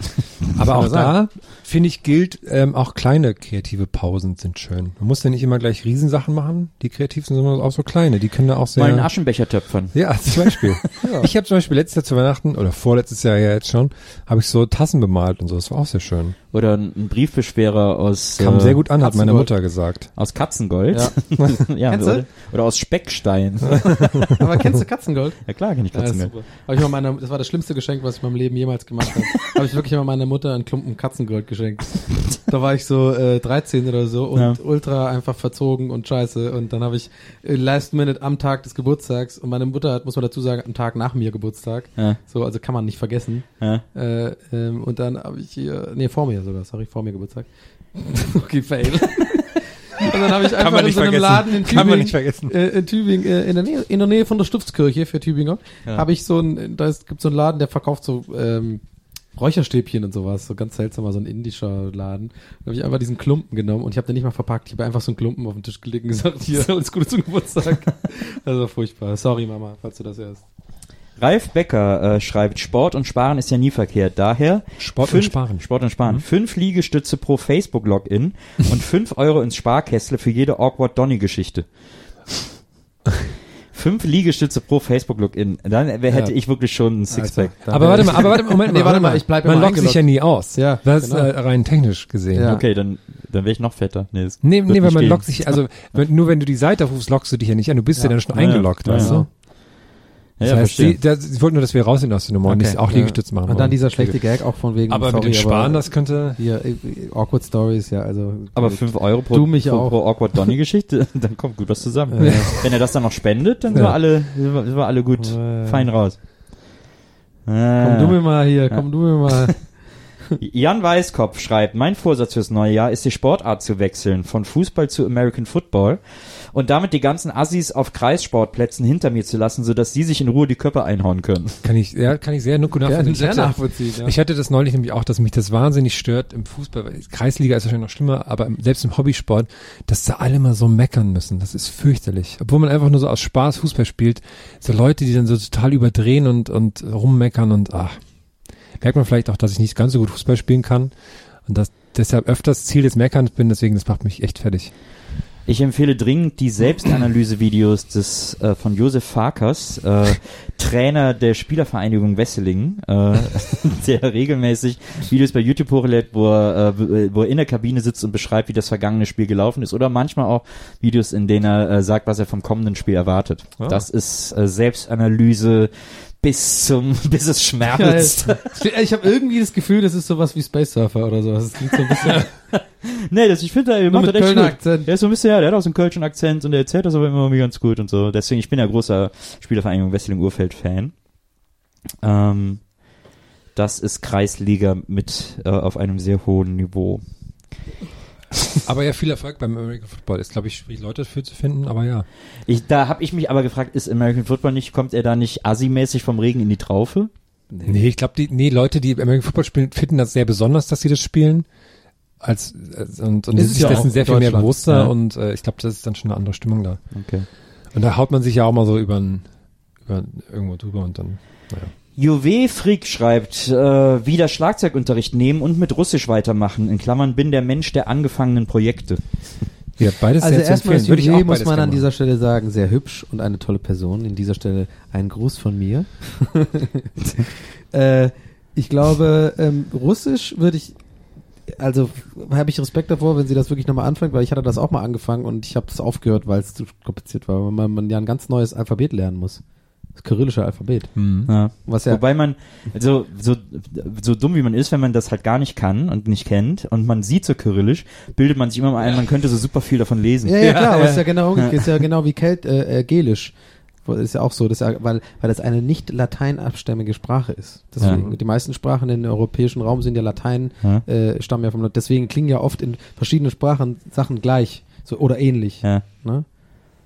Speaker 3: Aber
Speaker 2: kann
Speaker 3: auch
Speaker 2: ja sein.
Speaker 3: da, finde ich, gilt, ähm, auch kleine kreative Pausen sind schön. Man muss ja nicht immer gleich Riesensachen machen, die kreativ sind, sondern auch so kleine. Die können da auch sehr...
Speaker 4: Mal einen Aschenbecher töpfern.
Speaker 3: Ja, zum Beispiel. Ich habe zum Beispiel letztes Jahr zu Weihnachten oder vorletztes Jahr ja jetzt schon, habe ich so Tassen bemalt und so. Das war auch sehr schön.
Speaker 4: Oder einen Briefbeschwerer aus,
Speaker 3: Kam
Speaker 4: äh,
Speaker 3: sehr gut an, hat meine
Speaker 2: Katzengold.
Speaker 3: Mutter gesagt.
Speaker 4: aus Katzengold. Ja.
Speaker 2: Kennst du?
Speaker 4: oder, oder aus Speckstein.
Speaker 2: Aber kennst du Katzengold?
Speaker 4: ja klar kenn ich
Speaker 2: Ja, das,
Speaker 4: Katzengold.
Speaker 2: ist super. Hab ich mal meiner, das war das schlimmste Geschenk, was ich in meinem Leben jemals gemacht habe. habe ich wirklich mal meiner Mutter einen Klumpen Katzengold geschenkt. Da war ich so äh, 13 oder so und
Speaker 4: Ja.
Speaker 2: ultra einfach verzogen und scheiße. Und dann habe ich äh, last minute am Tag des Geburtstags und meine Mutter hat, muss man dazu sagen, am Tag nach mir Geburtstag.
Speaker 4: Ja.
Speaker 2: So, also kann man nicht vergessen.
Speaker 4: Ja.
Speaker 2: Äh, ähm, und dann habe ich hier, nee, vor mir sogar, sorry, vor mir Geburtstag. okay, fail. Und dann habe ich einfach in so einem Laden in Tübingen,
Speaker 3: Kann man nicht vergessen.
Speaker 2: äh, in Tübingen, äh, in, der Nähe, in der Nähe von der Stiftskirche für Tübinger, habe ich so ein, da ist, gibt's so einen Laden, der verkauft so ähm, Räucherstäbchen und sowas, so ganz seltsamer, so ein indischer Laden. Da habe ich einfach diesen Klumpen genommen und ich habe den nicht mal verpackt, ich habe einfach so einen Klumpen auf den Tisch gelegt und gesagt, hier, alles Gute zum Geburtstag. Das war furchtbar. Sorry, Mama, falls du das hörst.
Speaker 4: Ralf Becker äh, schreibt, Sport und Sparen ist ja nie verkehrt. Daher
Speaker 3: Sport und
Speaker 4: fünf,
Speaker 3: Sparen. Mhm.
Speaker 4: Sport und Sparen. Fünf Liegestütze pro Facebook-Login und fünf Euro ins Sparkästle für jede Awkward Donny-Geschichte. Fünf Liegestütze pro Facebook-Login. Dann äh, hätte
Speaker 2: Ja.
Speaker 4: ich wirklich schon ein
Speaker 3: Also,
Speaker 4: Sixpack.
Speaker 2: da
Speaker 3: Aber
Speaker 2: wär
Speaker 3: warte
Speaker 2: ich-
Speaker 3: mal, aber warte mal, Moment
Speaker 2: Nee,
Speaker 3: mal,
Speaker 2: warte mal, ich bleib
Speaker 3: Man
Speaker 2: immer
Speaker 3: lockt
Speaker 2: eingeloggt.
Speaker 3: sich ja nie aus.
Speaker 2: Ja,
Speaker 3: Das ist
Speaker 2: genau.
Speaker 3: äh, rein technisch gesehen.
Speaker 2: Ja.
Speaker 4: Okay, dann, dann wäre ich noch fetter. Nee, das
Speaker 3: Nee,
Speaker 4: wird
Speaker 3: nee,
Speaker 4: nicht
Speaker 3: weil man
Speaker 4: gehen.
Speaker 3: lockt sich, also wenn, nur wenn du die Seite aufrufst, lockst du dich ja nicht an. Du bist ja,
Speaker 2: Ja.
Speaker 3: dann schon
Speaker 4: Ja, ja.
Speaker 3: eingeloggt,
Speaker 4: Ja,
Speaker 3: weißt
Speaker 4: ja.
Speaker 3: du?
Speaker 4: Ja,
Speaker 3: das
Speaker 4: ja,
Speaker 3: heißt,
Speaker 4: verstehe.
Speaker 3: sie, da, sie wollten nur, dass wir raus sind aus der Nummer und nicht auch Liegestütz machen
Speaker 2: Und
Speaker 3: wollen.
Speaker 2: dann dieser schlechte Gag auch von wegen.
Speaker 3: aber
Speaker 2: sorry,
Speaker 3: mit dem Sparen,
Speaker 2: aber
Speaker 3: das könnte...
Speaker 2: Hier, äh, äh, Awkward Stories, ja, also.
Speaker 4: Aber fünf Euro pro,
Speaker 2: Du mich
Speaker 4: pro,
Speaker 2: auch.
Speaker 4: pro Awkward Donny-Geschichte, dann kommt gut was zusammen. Wenn er das dann noch spendet, dann sind, wir,
Speaker 3: Ja.
Speaker 4: alle, sind, wir, sind wir alle gut
Speaker 3: Ja.
Speaker 4: fein raus.
Speaker 2: Komm
Speaker 4: Ah.
Speaker 2: du mir mal hier, komm du mir mal.
Speaker 4: Jan Weißkopf schreibt, mein Vorsatz fürs neue Jahr ist die Sportart zu wechseln, von Fußball zu American Football und damit die ganzen Assis auf Kreissportplätzen hinter mir zu lassen, sodass sie sich in Ruhe die Köpfe einhauen können.
Speaker 3: Kann ich, ja, kann ich sehr gut nachvollziehen.
Speaker 2: Gerne,
Speaker 3: Ich
Speaker 2: sehr
Speaker 3: hatte-
Speaker 2: nachvollziehen, ja.
Speaker 3: Ich hatte das neulich nämlich auch, dass mich das wahnsinnig stört im Fußball. weil Kreisliga ist wahrscheinlich noch schlimmer, aber im- selbst im Hobbysport, dass da alle mal so meckern müssen. Das ist fürchterlich. Obwohl man einfach nur so aus Spaß Fußball spielt. So Leute, die dann so total überdrehen und, und rummeckern und ach. Merkt man vielleicht auch, dass ich nicht ganz so gut Fußball spielen kann und dass deshalb öfters Ziel des Meckerns bin. Deswegen, das macht mich echt fertig.
Speaker 4: Ich empfehle dringend die Selbstanalyse-Videos des äh, von Josef Farkas, äh, Trainer der Spielervereinigung Wesseling, äh, der regelmäßig Videos bei YouTube hochlädt, wo er, äh, wo er in der Kabine sitzt und beschreibt, wie das vergangene Spiel gelaufen ist. Oder manchmal auch Videos, in denen er äh, sagt, was er vom kommenden Spiel erwartet.
Speaker 3: Ah.
Speaker 4: Das ist äh, Selbstanalyse bis zum bis es schmerzt.
Speaker 2: Ich, ich habe irgendwie das Gefühl, das ist sowas wie Space Surfer oder sowas. Das klingt so ein bisschen.
Speaker 4: Nee, das, ich finde, der
Speaker 2: Nur
Speaker 4: macht das
Speaker 2: mit
Speaker 4: echt
Speaker 2: Kölner
Speaker 4: gut.
Speaker 2: Akzent.
Speaker 4: Der ist so ein bisschen, ja, der hat auch so einen kölschen Akzent und der erzählt das aber immer irgendwie ganz gut und so. Deswegen, ich bin ja großer Spielervereinigung Wesseling-Urfeld-Fan. Ähm, das ist Kreisliga mit äh, auf einem sehr hohen Niveau.
Speaker 3: Aber ja, viel Erfolg beim American Football. Ist, glaube ich, schwierig, Leute dafür zu finden, aber ja.
Speaker 4: Ich, da habe ich mich aber gefragt, ist American Football nicht, kommt er da nicht assi-mäßig vom Regen in die Traufe?
Speaker 3: Nee, ich glaube, die, nee, Leute, die American Football spielen, finden das sehr besonders, dass sie das spielen. Als, als und, und
Speaker 2: Ist
Speaker 3: sind
Speaker 2: es
Speaker 3: sich
Speaker 2: ja auch
Speaker 3: dessen
Speaker 2: in
Speaker 3: sehr viel mehr
Speaker 2: Deutschland,
Speaker 3: bewusster
Speaker 4: ja.
Speaker 3: und äh, ich glaube, das ist dann schon eine andere Stimmung da.
Speaker 4: Okay.
Speaker 3: Und da haut man sich ja auch mal so über, über irgendwo drüber und dann. Naja.
Speaker 4: Juve Frick schreibt, äh, wieder Schlagzeugunterricht nehmen und mit Russisch weitermachen. In Klammern bin der Mensch der angefangenen Projekte.
Speaker 3: Ja, beides
Speaker 2: Also
Speaker 3: sehr zu
Speaker 2: erstmal
Speaker 3: empfehlen.
Speaker 2: ist
Speaker 3: Würde ich auch
Speaker 2: Jubiläum, muss
Speaker 3: beides
Speaker 2: man
Speaker 3: gerne
Speaker 2: an
Speaker 3: machen.
Speaker 2: dieser Stelle sagen, sehr hübsch und eine tolle Person. In dieser Stelle ein Gruß von mir. äh, ich glaube, ähm, Russisch würde ich, also habe ich Respekt davor, wenn sie das wirklich nochmal anfängt, weil ich hatte das auch mal angefangen und ich habe es aufgehört, weil es zu kompliziert war, weil man, man ja ein ganz neues Alphabet lernen muss. Das kyrillische Alphabet.
Speaker 4: Ja.
Speaker 2: Was ja
Speaker 4: Wobei man, so, so, so dumm wie man ist, wenn man das halt gar nicht kann und nicht kennt und man sieht so kyrillisch, bildet man sich immer mal ein, man könnte so super viel davon lesen.
Speaker 2: Ja, ja, klar, aber es ist ja genau, umgekehrt, ist ja genau wie Kelt, äh, äh, Gelisch. Wo- Ist ja auch so, dass, ja- weil, weil das eine nicht lateinabstämmige Sprache ist. Deswegen,
Speaker 4: Ja.
Speaker 2: die meisten Sprachen im europäischen Raum sind ja Latein,
Speaker 4: Ja.
Speaker 2: äh, stammen ja vom Lat- Deswegen klingen ja oft in verschiedenen Sprachen Sachen gleich so, oder ähnlich.
Speaker 4: Ja.
Speaker 2: Ne?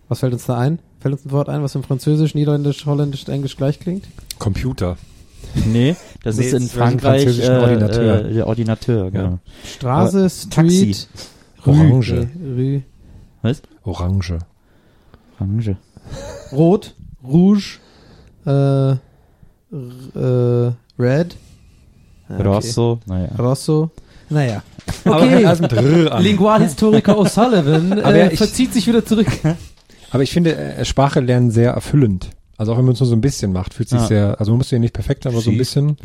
Speaker 2: Was fällt uns da ein? Fällt uns ein Wort ein, was im Französisch, Niederländisch, Holländisch, Englisch gleich klingt?
Speaker 3: Computer.
Speaker 4: Nee, das
Speaker 3: Nee,
Speaker 4: ist in
Speaker 3: jetzt wäre es ein
Speaker 4: Frankreich
Speaker 3: französischer
Speaker 4: äh,
Speaker 3: Ordinateur.
Speaker 4: Äh, der Ordinateur, genau.
Speaker 2: Straße,
Speaker 4: Taxi.
Speaker 2: Street, Rue,
Speaker 3: Orange.
Speaker 2: nee,
Speaker 4: Was?
Speaker 3: Orange.
Speaker 4: Orange.
Speaker 2: Rue, Rot, Rouge, äh, r- äh, Red, Ja, okay.
Speaker 4: Rosso, naja.
Speaker 2: Rosso. Naja.
Speaker 3: Aber fängt alles mit R an.
Speaker 2: Lingualhistoriker O'Sullivan äh,
Speaker 3: Aber ja, ich-
Speaker 2: verzieht sich wieder zurück.
Speaker 3: Aber ich finde äh, Sprache lernen sehr erfüllend. Also auch wenn man es nur so ein bisschen macht, fühlt sich
Speaker 4: Ja.
Speaker 3: sehr, also man muss ja nicht perfekt, aber so ein bisschen.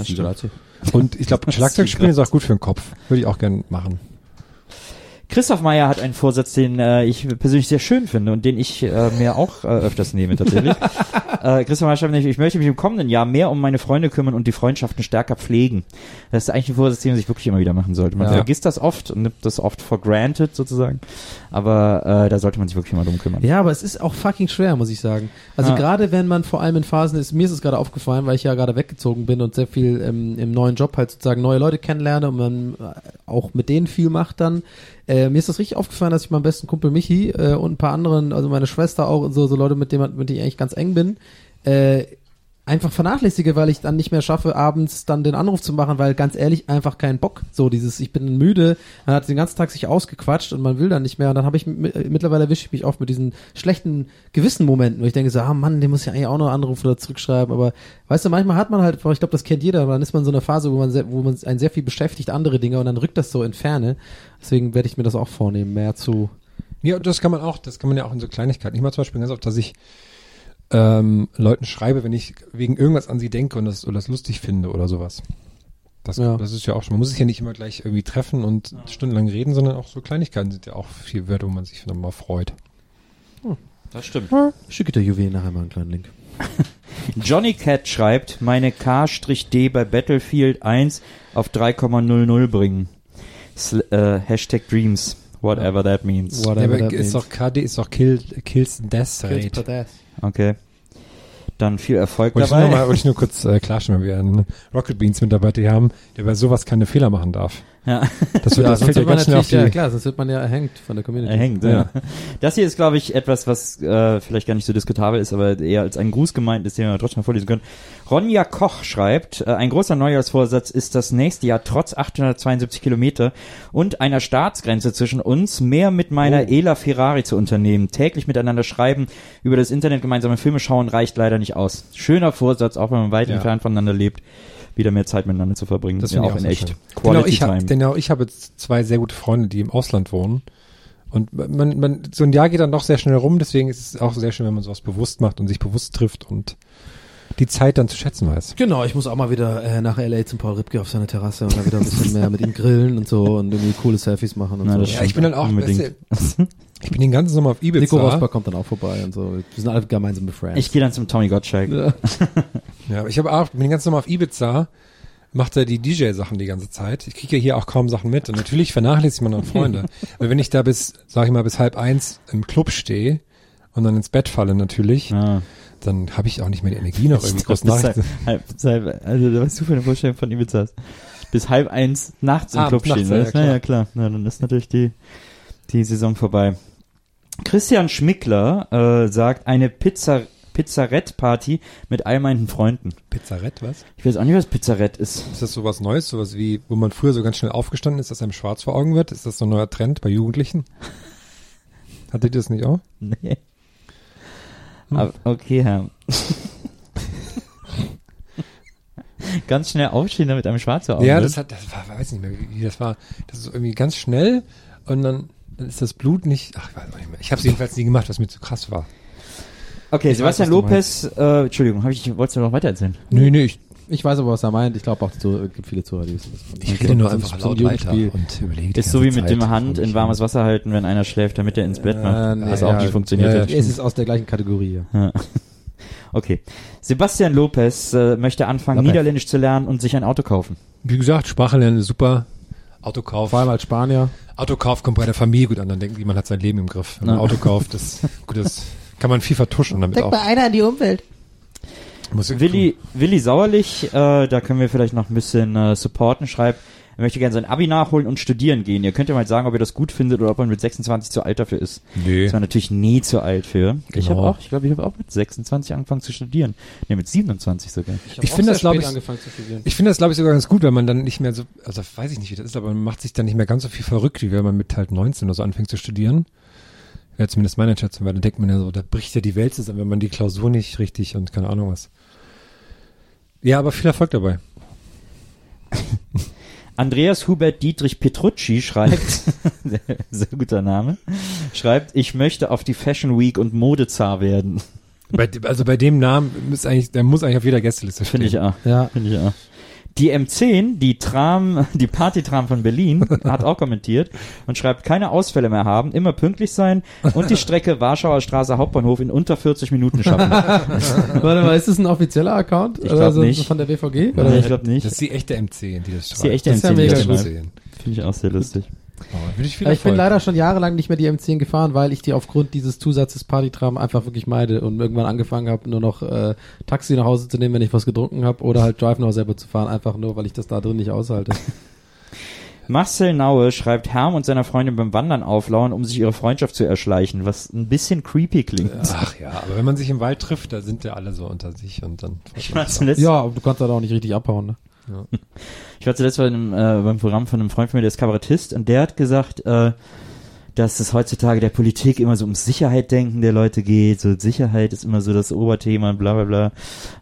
Speaker 3: Und ich glaube, Schlagzeug spielen ist auch gut für den Kopf. Würde ich auch gerne machen.
Speaker 4: Christoph Meyer hat einen Vorsatz, den äh, ich persönlich sehr schön finde und den ich äh, mir auch äh, öfters nehme tatsächlich. äh, Christoph Meyer schreibt nämlich, ich möchte mich im kommenden Jahr mehr um meine Freunde kümmern und die Freundschaften stärker pflegen. Das ist eigentlich ein Vorsatz, den man sich wirklich immer wieder machen sollte. Man
Speaker 3: Ja.
Speaker 4: vergisst das oft und nimmt das oft for granted sozusagen, aber äh, da sollte man sich wirklich mal drum kümmern.
Speaker 2: Ja, aber es ist auch fucking schwer, muss ich sagen. Also
Speaker 4: Ja.
Speaker 2: gerade wenn man vor allem in Phasen ist, mir ist es gerade aufgefallen, weil ich ja gerade weggezogen bin und sehr viel ähm, im neuen Job halt sozusagen neue Leute kennenlerne und man äh, auch mit denen viel macht dann. Äh, mir ist das richtig aufgefallen, dass ich meinen besten Kumpel Michi äh, und ein paar anderen, also meine Schwester auch und so, so Leute, mit denen, man- mit denen ich eigentlich ganz eng bin, äh, einfach vernachlässige, weil ich dann nicht mehr schaffe, abends dann den Anruf zu machen, weil ganz ehrlich einfach keinen Bock. So dieses, ich bin müde, man hat den ganzen Tag sich ausgequatscht und man will dann nicht mehr. Und dann habe ich mi- äh, mittlerweile erwische ich mich oft mit diesen schlechten Gewissenmomenten, wo ich denke so, ah Mann, den muss ich eigentlich auch noch anrufen oder zurückschreiben. Aber weißt du, manchmal hat man halt, ich glaube, das kennt jeder, dann ist man in so einer Phase, wo man sehr, wo man einen sehr viel beschäftigt, andere Dinge und dann rückt das so in Ferne. Deswegen werde ich mir das auch vornehmen, mehr zu.
Speaker 3: Ja, und das kann man auch, das kann man ja auch in so Kleinigkeiten. Ich mache zum Beispiel ganz oft, dass ich ähm, Leuten schreibe, wenn ich wegen irgendwas an sie denke und das, oder das lustig finde oder sowas. Das,
Speaker 2: Ja.
Speaker 3: das ist ja auch schon. Man muss sich ja nicht immer gleich irgendwie treffen und stundenlang reden, sondern auch so Kleinigkeiten sind ja auch viel wert, wo man sich dann mal freut.
Speaker 4: Das stimmt.
Speaker 2: Schicke der Juwelen nachher mal einen kleinen Link.
Speaker 4: Johnny Cat schreibt, meine K-D bei Battlefield 1 auf 3,00 bringen. Sl äh, Hashtag Dreams, whatever that means.
Speaker 3: Ja,
Speaker 2: Whatever
Speaker 3: aber
Speaker 2: that means.
Speaker 3: ist doch KD, ist doch Kill, Kills Death Rate.
Speaker 4: Okay. Dann viel Erfolg
Speaker 3: Wollte ich, nur mal,
Speaker 4: dabei.
Speaker 3: wollte ich nur kurz äh, klarstellen, weil wir einen Rocket Beans mit dabei haben, der bei sowas keine Fehler machen darf.
Speaker 4: Ja,
Speaker 3: Das, wird,
Speaker 2: Also
Speaker 3: das fällt ja ganz schnell auf die...
Speaker 2: ja, klar, sonst wird man ja erhängt von der Community.
Speaker 4: er hängt. Ja. Das hier ist, glaube ich, etwas, was äh, vielleicht gar nicht so diskutabel ist, aber eher als ein Gruß gemeint ist, den wir trotzdem mal vorlesen können. Ronja Koch schreibt, äh, ein großer Neujahrsvorsatz ist, das nächste Jahr trotz 872 Kilometer und einer Staatsgrenze zwischen uns mehr mit meiner
Speaker 3: Oh.
Speaker 4: Ela Ferrari zu unternehmen. Täglich miteinander schreiben, über das Internet gemeinsame Filme schauen, reicht leider nicht aus. Schöner Vorsatz, auch wenn man weit
Speaker 3: Ja.
Speaker 4: entfernt voneinander lebt, wieder mehr Zeit miteinander zu verbringen.
Speaker 3: Das
Speaker 4: ja,
Speaker 3: finde
Speaker 4: auch
Speaker 3: ich auch
Speaker 4: in echt.
Speaker 3: sehr schön.
Speaker 4: Quality
Speaker 3: genau, ich
Speaker 4: Time.
Speaker 3: hab, genau, ich habe jetzt zwei sehr gute Freunde, die im Ausland wohnen. Und man, man, so ein Jahr geht dann doch sehr schnell rum, deswegen ist es auch sehr schön, wenn man sowas bewusst macht und sich bewusst trifft und die Zeit dann zu schätzen weiß.
Speaker 2: Genau, ich muss auch mal wieder äh, nach L.A. zum Paul Ripke auf seiner Terrasse und dann wieder ein bisschen mehr mit ihm grillen und so und irgendwie coole Selfies machen und
Speaker 4: Na,
Speaker 2: so.
Speaker 4: das
Speaker 3: Ja, ich bin dann auch,
Speaker 4: Unbedingt.
Speaker 3: weißt du, ich bin den ganzen Sommer auf Ibiza.
Speaker 2: Nico Rosberg kommt dann auch vorbei und so. Wir sind alle gemeinsam befreundet.
Speaker 4: Ich gehe dann zum Tommy Gottschalk.
Speaker 3: Ja, aber ich habe auch, bin den ganzen Sommer auf Ibiza, macht er die DJ-Sachen die ganze Zeit. Ich kriege ja hier auch kaum Sachen mit. Und natürlich vernachlässigt man dann Freunde. Weil wenn ich da bis, sag ich mal, bis halb eins im Club stehe und dann ins Bett falle natürlich,
Speaker 4: Ja.
Speaker 3: dann habe ich auch nicht mehr die Energie noch irgendwie groß nach.
Speaker 4: halb, halb, halb, also da weißt du für eine Vorstellung von Ibiza. hast. Bis halb eins nachts im
Speaker 3: Abends,
Speaker 4: Club
Speaker 3: Ah, nachts,
Speaker 4: stehen.
Speaker 3: ja,
Speaker 4: ne? Na ja,
Speaker 3: klar.
Speaker 4: klar. Na, dann ist natürlich die, die Saison vorbei. Christian Schmickler äh, sagt, eine Pizza, Pizzarett-Party mit all meinen Freunden.
Speaker 3: Pizzarett, was?
Speaker 4: Ich weiß auch nicht, was Pizzarett ist.
Speaker 3: Ist das sowas Neues, sowas wie, wo man früher so ganz schnell aufgestanden ist, dass einem schwarz vor Augen wird? Ist das so ein neuer Trend bei Jugendlichen? Hattet ihr das nicht auch?
Speaker 4: Nee.
Speaker 3: Hm.
Speaker 4: Aber, okay, Herr. Ganz schnell aufstehen, damit einem schwarz wird.
Speaker 3: Ja, das hat, das war, weiß nicht mehr, wie wie das war. Das ist irgendwie ganz schnell und dann, dann ist das Blut nicht, ach, ich weiß auch nicht mehr. Ich habe es jedenfalls nie gemacht, was mir zu krass war.
Speaker 4: Okay,
Speaker 3: Ich
Speaker 4: Sebastian
Speaker 3: weiß, was
Speaker 4: Lopez, äh, Entschuldigung, hab ich, wolltest du noch weiter erzählen?
Speaker 3: Nö, nö, ich,
Speaker 2: Ich weiß aber, was er meint. Ich glaube auch, es gibt viele Zuhörer, die wissen das.
Speaker 3: ich rede nur
Speaker 2: Zum-
Speaker 3: einfach
Speaker 2: zum
Speaker 3: laut weiter
Speaker 2: Jugendspiel.
Speaker 3: und überlege. die
Speaker 4: Ist so wie
Speaker 3: ganze
Speaker 4: mit
Speaker 3: Zeit,
Speaker 4: dem Hand
Speaker 3: warum
Speaker 4: in
Speaker 3: ich-
Speaker 4: warmes Wasser halten, wenn einer schläft, damit er ins Bett macht.
Speaker 2: nee,
Speaker 4: was auch
Speaker 2: ja,
Speaker 4: nicht funktioniert.
Speaker 3: Äh, ja,
Speaker 4: hat.
Speaker 3: ja.
Speaker 2: Es ist aus der gleichen Kategorie. ja.
Speaker 4: Okay. Sebastian Lopez äh, möchte anfangen,
Speaker 2: Okay.
Speaker 4: Niederländisch zu lernen und sich ein Auto kaufen.
Speaker 3: Wie gesagt, Sprache lernen ist super. Autokauf.
Speaker 2: Vor allem als Spanier.
Speaker 3: Autokauf kommt bei der Familie gut an, dann denken die, man hat sein Leben im Griff. Wenn man
Speaker 4: Ja.
Speaker 3: Auto kauft, das, gut, das Kann man viel vertuschen damit auch.
Speaker 2: einer an die Umwelt.
Speaker 3: Muss ich
Speaker 4: Willi, Willi Sauerlich, äh, da können wir vielleicht noch ein bisschen äh, supporten, schreibt, er möchte gerne sein Abi nachholen und studieren gehen. Ihr könnt ja mal sagen, ob ihr das gut findet oder ob man mit 26 zu alt dafür ist.
Speaker 3: tun. Nee.
Speaker 4: Das war natürlich nie zu alt für. Ich habe
Speaker 3: Genau.
Speaker 4: auch, ich glaube, ich habe auch mit 26 angefangen zu studieren. Ne, mit 27 sogar.
Speaker 3: Ich finde das, glaube ich,
Speaker 2: angefangen zu studieren.
Speaker 3: Ich finde das, glaube ich, sogar ganz gut, wenn man dann nicht mehr so, also weiß ich nicht, wie das ist, aber man macht sich dann nicht mehr ganz so viel verrückt, wie wenn man mit halt 19 oder so anfängt zu studieren. Ja, zumindest meine Schätzung, weil dann denkt man ja so, da bricht ja die Welt zusammen, wenn man die Klausur nicht richtig und keine Ahnung was. Ja, aber viel Erfolg dabei.
Speaker 4: Andreas Hubert Dietrich Petrucci schreibt, sehr, sehr guter Name, schreibt, ich möchte auf die Fashion Week und Modezar werden.
Speaker 3: Bei, dem- also bei dem Namen ist eigentlich, der muss eigentlich auf jeder Gästeliste stehen.
Speaker 4: Finde ich auch.
Speaker 2: Ja.
Speaker 4: Finde ich auch. Die M10, die Tram, die Partytram von Berlin, hat auch kommentiert und schreibt, keine Ausfälle mehr haben, immer pünktlich sein und die Strecke Warschauer Straße Hauptbahnhof in unter 40 Minuten schaffen.
Speaker 2: Warte mal, ist das ein offizieller Account?
Speaker 4: Ich
Speaker 2: Oder
Speaker 4: glaub
Speaker 2: so
Speaker 4: nicht.
Speaker 2: von der BVG?
Speaker 4: Oder
Speaker 2: Oder?
Speaker 4: Also ich glaube nicht.
Speaker 3: Das ist die echte MC, die das schreibt.
Speaker 4: ist die echte
Speaker 2: Das ist ja
Speaker 4: M10, die
Speaker 2: mega
Speaker 4: das
Speaker 2: gut.
Speaker 4: schreibt.
Speaker 3: Finde
Speaker 4: Finde ich auch sehr lustig.
Speaker 3: Oh, ich viel
Speaker 2: Ja, ich
Speaker 3: Erfolg.
Speaker 2: bin leider schon jahrelang nicht mehr die M10 gefahren, weil ich die aufgrund dieses Zusatzes Partytram einfach wirklich meide und irgendwann angefangen habe, nur noch äh, Taxi nach Hause zu nehmen, wenn ich was getrunken habe oder halt Drive Now selber zu fahren, einfach nur, weil ich das da drin nicht aushalte.
Speaker 4: Marcel Naue schreibt Herm und seiner Freundin beim Wandern auflauern, um sich ihre Freundschaft zu erschleichen, was ein bisschen creepy klingt.
Speaker 3: Ach ja, aber wenn man sich im Wald trifft, da sind ja alle so unter sich und dann.
Speaker 4: Ich war zuletzt,
Speaker 2: ja, aber du kannst halt auch nicht richtig abhauen. Ne?
Speaker 4: ich war zuletzt bei einem, äh, beim Programm von einem Freund von mir, der ist Kabarettist, und der hat gesagt, äh, dass es heutzutage der Politik immer so um Sicherheit denken der Leute geht. So Sicherheit ist immer so das Oberthema, bla bla bla.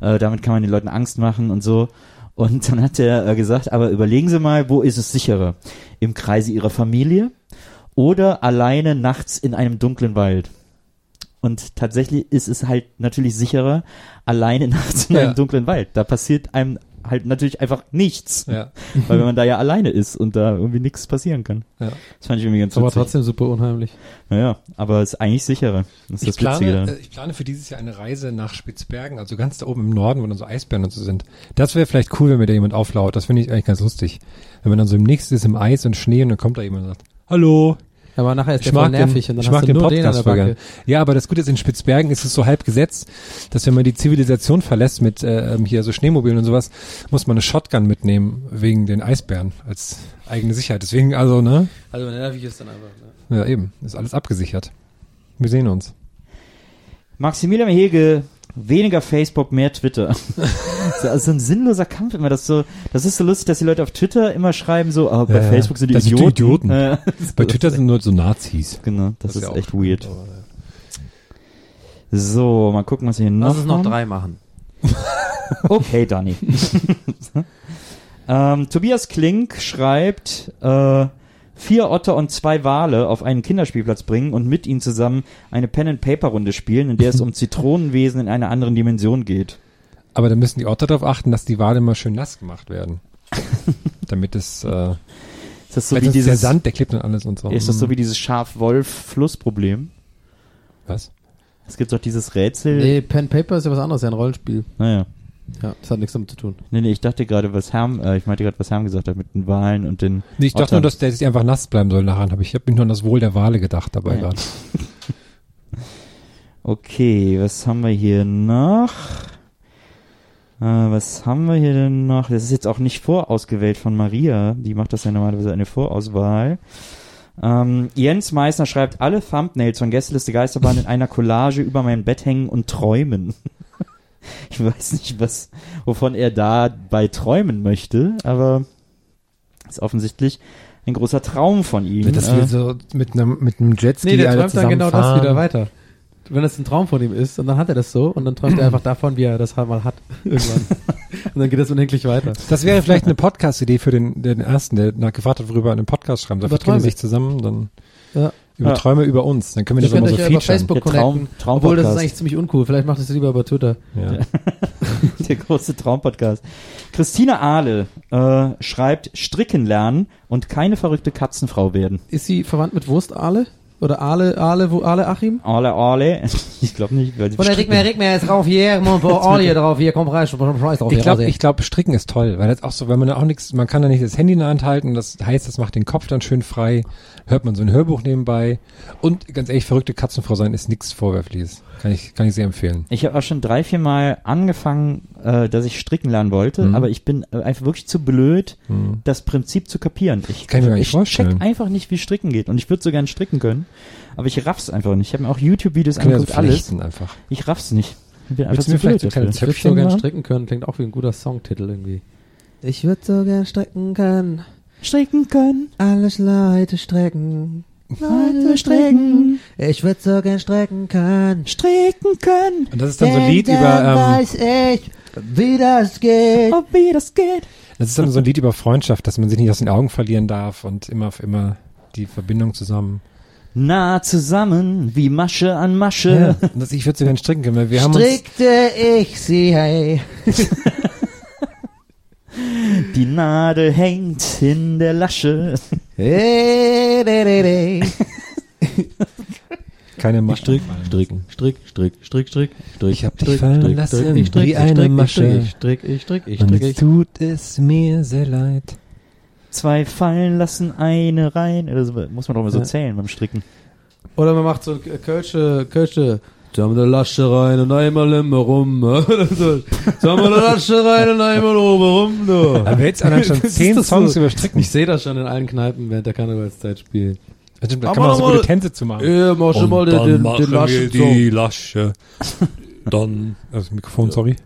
Speaker 4: Äh, damit kann man den Leuten Angst machen und so. Und dann hat er äh, gesagt, aber überlegen Sie mal, wo ist es sicherer? Im Kreise Ihrer Familie oder alleine nachts in einem dunklen Wald? Und tatsächlich ist es halt natürlich sicherer, alleine nachts in
Speaker 3: Ja.
Speaker 4: einem dunklen Wald. Da passiert einem halt natürlich einfach nichts.
Speaker 3: Ja,
Speaker 4: Weil wenn man da ja alleine ist und da irgendwie nichts passieren kann.
Speaker 3: ja.
Speaker 4: Das fand ich irgendwie ganz
Speaker 2: Ist aber
Speaker 4: witzig.
Speaker 2: trotzdem super unheimlich.
Speaker 4: Naja, aber ist eigentlich sicherer. Das ist
Speaker 3: Ich
Speaker 4: das Witzige
Speaker 3: plane,
Speaker 4: daran.
Speaker 3: äh, ich plane für dieses Jahr eine Reise nach Spitzbergen, also ganz da oben im Norden, wo dann so Eisbären und so sind. Das wäre vielleicht cool, wenn mir da jemand auflaut. Das finde ich eigentlich ganz lustig. Wenn man dann so im nächsten ist im Eis und Schnee und dann kommt da jemand und sagt, Hallo,
Speaker 2: Aber nachher ist der
Speaker 3: ich
Speaker 2: voll
Speaker 3: mag, den,
Speaker 2: nervig und dann
Speaker 3: ich
Speaker 2: hast
Speaker 3: mag
Speaker 2: du
Speaker 3: den
Speaker 2: nur den an der
Speaker 3: Podcast voll
Speaker 2: Backe.
Speaker 3: gern. Ja, aber das Gute ist, in Spitzbergen ist es so halb gesetzt, dass wenn man die Zivilisation verlässt mit äh, ähm, hier so Schneemobilen und sowas, muss man eine Shotgun mitnehmen, wegen den Eisbären als eigene Sicherheit. Deswegen, also, ne?
Speaker 2: Also nervig ist dann einfach. ne?
Speaker 3: Ja, eben. Ist alles abgesichert. Wir sehen uns.
Speaker 4: Maximilian Hege, weniger Facebook, mehr Twitter. das ist also so ein sinnloser Kampf immer. Das ist, so, das ist so lustig, dass die Leute auf Twitter immer schreiben so, ah, bei
Speaker 3: Ja, ja.
Speaker 4: Facebook sind die
Speaker 3: Das sind die
Speaker 4: Idioten.
Speaker 3: Idioten.
Speaker 4: Ja.
Speaker 3: Bei Twitter sind nur so Nazis.
Speaker 4: Genau, das,
Speaker 3: ist
Speaker 4: ist
Speaker 3: ja
Speaker 4: echt
Speaker 3: auch-
Speaker 4: weird. So, mal gucken, was wir hier noch
Speaker 2: Lass es noch
Speaker 4: haben.
Speaker 2: drei machen.
Speaker 4: Okay, Dani. ähm, Tobias Klink schreibt, äh, vier Otter und zwei Wale auf einen Kinderspielplatz bringen und mit ihnen zusammen eine Pen-and-Paper-Runde spielen, in der es um Zitronenwesen in einer anderen Dimension geht.
Speaker 3: Aber da müssen die Otter darauf achten, dass die Wale immer schön nass gemacht werden. Damit es, äh,
Speaker 4: Ist das so,
Speaker 3: weil
Speaker 4: wie
Speaker 3: sonst der
Speaker 4: dieses,
Speaker 3: Sand, der klebt dann alles und so. Mhm.
Speaker 4: ist das so wie dieses Schaf-Wolf-Fluss-Problem?
Speaker 3: Was?
Speaker 4: Es gibt doch dieses Rätsel.
Speaker 2: Nee, Pen Paper ist ja was anderes, ja ein Rollenspiel.
Speaker 4: Naja.
Speaker 2: Ja, das hat nichts damit zu tun.
Speaker 4: Nee, nee, ich dachte gerade, was Herm, äh, ich meinte gerade, was Herm gesagt hat mit den Wahlen und den
Speaker 3: Nee, ich dachte
Speaker 4: Ottern.
Speaker 3: nur, dass der sich einfach nass bleiben soll nachher. Hab ich habe mich nur an das Wohl der Wale gedacht dabei
Speaker 4: Ja.
Speaker 3: gerade.
Speaker 4: Okay, was haben wir hier noch? Äh, was haben wir hier denn noch? Das ist jetzt auch nicht vorausgewählt von Maria. Die macht das ja normalerweise eine Vorauswahl. Ähm, Jens Meissner schreibt, alle Thumbnails von Gästeliste Geisterbahn in einer Collage über mein Bett hängen und träumen. Ich weiß nicht, was, wovon er da bei träumen möchte, aber ist offensichtlich ein großer Traum von ihm.
Speaker 3: Dass
Speaker 4: Äh,
Speaker 3: wir so mit einem, mit einem Jetski
Speaker 2: Nee, der
Speaker 3: alle
Speaker 2: träumt dann genau das
Speaker 3: zusammenfahren.
Speaker 2: wieder weiter. Wenn das ein Traum von ihm ist, und dann hat er das so, und dann träumt er einfach davon, wie er das halt mal hat. Irgendwann. und dann geht das unendlich weiter.
Speaker 3: Das wäre vielleicht eine Podcast-Idee für den, den ersten, der nach gefragt hat, worüber er einen Podcast schreiben soll.
Speaker 2: Über
Speaker 3: Vielleicht kennen die
Speaker 2: Träume.
Speaker 3: sich zusammen, dann
Speaker 2: Ja.
Speaker 3: über
Speaker 4: Ja.
Speaker 3: Träume über uns. Dann können wir
Speaker 2: Ich
Speaker 3: das immer
Speaker 2: könnte
Speaker 3: so
Speaker 2: euch ja über
Speaker 3: featuren.
Speaker 2: Facebook
Speaker 4: Der Traum-
Speaker 2: connecten.
Speaker 4: Traum-
Speaker 2: obwohl, das ist
Speaker 4: Podcast.
Speaker 2: eigentlich ziemlich uncool. Vielleicht macht es lieber über Twitter.
Speaker 3: Ja.
Speaker 4: Der große Traumpodcast. Christina Ahle äh, schreibt Stricken lernen und keine verrückte Katzenfrau werden.
Speaker 2: Ist sie verwandt mit Wurstale? Oder Ale, Ale, wo, Ale Achim?
Speaker 4: Ole, ole. Ich glaube nicht. Weil die
Speaker 2: Oder Rick
Speaker 4: bestricken.
Speaker 2: mehr, Rick mehr, jetzt rauf hier, mon pauvre Ale hier drauf, hier, komm rein, komm rein, drauf,
Speaker 3: Ich glaube,
Speaker 2: raus
Speaker 3: ich glaub, Stricken ist toll, weil das auch so, wenn man da auch nichts, man kann da nicht das Handy in der Hand halten, das heißt, das macht den Kopf dann schön frei, hört man so ein Hörbuch nebenbei und ganz ehrlich, verrückte Katzenfrau sein ist nichts Vorwerfliches. Kann ich, kann ich sehr empfehlen.
Speaker 4: Ich habe auch schon drei, vier Mal angefangen, äh, dass ich stricken lernen wollte,
Speaker 3: Mhm.
Speaker 4: aber ich bin äh, einfach wirklich zu blöd, das Prinzip zu kapieren. Ich,
Speaker 3: Kann ich mir gar nicht
Speaker 4: ich
Speaker 3: vorstellen.
Speaker 4: check einfach nicht, wie stricken geht. Und ich würde so gern stricken können, aber ich raff's einfach nicht. Ich habe mir auch YouTube-Videos
Speaker 3: Kann ja so
Speaker 4: angeguckt, alles.
Speaker 3: pflichten einfach.
Speaker 4: Ich raff's nicht. Ich bin einfach
Speaker 3: Willst
Speaker 4: zu
Speaker 3: du mir
Speaker 4: blöd
Speaker 3: vielleicht so ein
Speaker 4: dafür.
Speaker 3: kleines
Speaker 2: ich würde
Speaker 3: Töpfchen
Speaker 2: so gern
Speaker 3: machen?
Speaker 2: stricken können, klingt auch wie ein guter Songtitel irgendwie. Ich würde so gern stricken können,
Speaker 4: Stricken können,
Speaker 2: alles Leute strecken.
Speaker 4: Leute stricken,
Speaker 2: Ich würde so gern strecken können.
Speaker 4: stricken können,
Speaker 3: Und das ist dann so ein Lied über, ähm,
Speaker 2: ich, wie das geht.
Speaker 4: ob wie das geht.
Speaker 3: das ist dann so ein Lied über Freundschaft, dass man sich nicht aus den Augen verlieren darf und immer auf immer die Verbindung zusammen.
Speaker 4: Nah zusammen, wie Masche an
Speaker 3: Ja,
Speaker 4: Masche.
Speaker 3: und das, ich würde so gern stricken können, weil wir haben uns,
Speaker 2: Strickte ich sie, hey.
Speaker 4: Die Nadel hängt in der Lasche.
Speaker 2: Hey, de, de, de.
Speaker 3: keine Masche.
Speaker 5: Strick, Strick, Strick, Strick, Strick, Strick, Strick.
Speaker 3: Ich hab dich
Speaker 5: Strick,
Speaker 3: fallen
Speaker 5: Strick,
Speaker 3: lassen,
Speaker 5: Strick, ich Strick,
Speaker 3: wie
Speaker 5: ich
Speaker 3: eine
Speaker 5: Strick, ich
Speaker 3: Masche.
Speaker 5: Strick, Ich Strick, ich
Speaker 3: Und
Speaker 5: Strick, ich
Speaker 3: es
Speaker 5: Strick.
Speaker 3: tut es mir sehr leid.
Speaker 4: Zwei fallen lassen, eine rein. Oder so, muss man doch mal so
Speaker 3: Ja.
Speaker 4: zählen beim Stricken.
Speaker 2: Oder man macht so ein Kölsche, Kölsche. Zusammen eine Lasche rein und einmal immer rum. Oder so. Zusammen eine Lasche rein und einmal oben rum, du.
Speaker 3: Aber jetzt allein schon
Speaker 2: Das ist
Speaker 3: zehn
Speaker 2: doch so.
Speaker 3: Songs über Stricken.
Speaker 2: Ich sehe das schon in allen Kneipen während der Karnevalszeit spielen.
Speaker 3: Da kann
Speaker 2: Aber
Speaker 3: man auch so
Speaker 2: nochmal-
Speaker 3: gute Tänze zu machen.
Speaker 2: Äh, mach schon mal den, den, den Laschen so.
Speaker 3: Lasche. Dann, also das Mikrofon, sorry.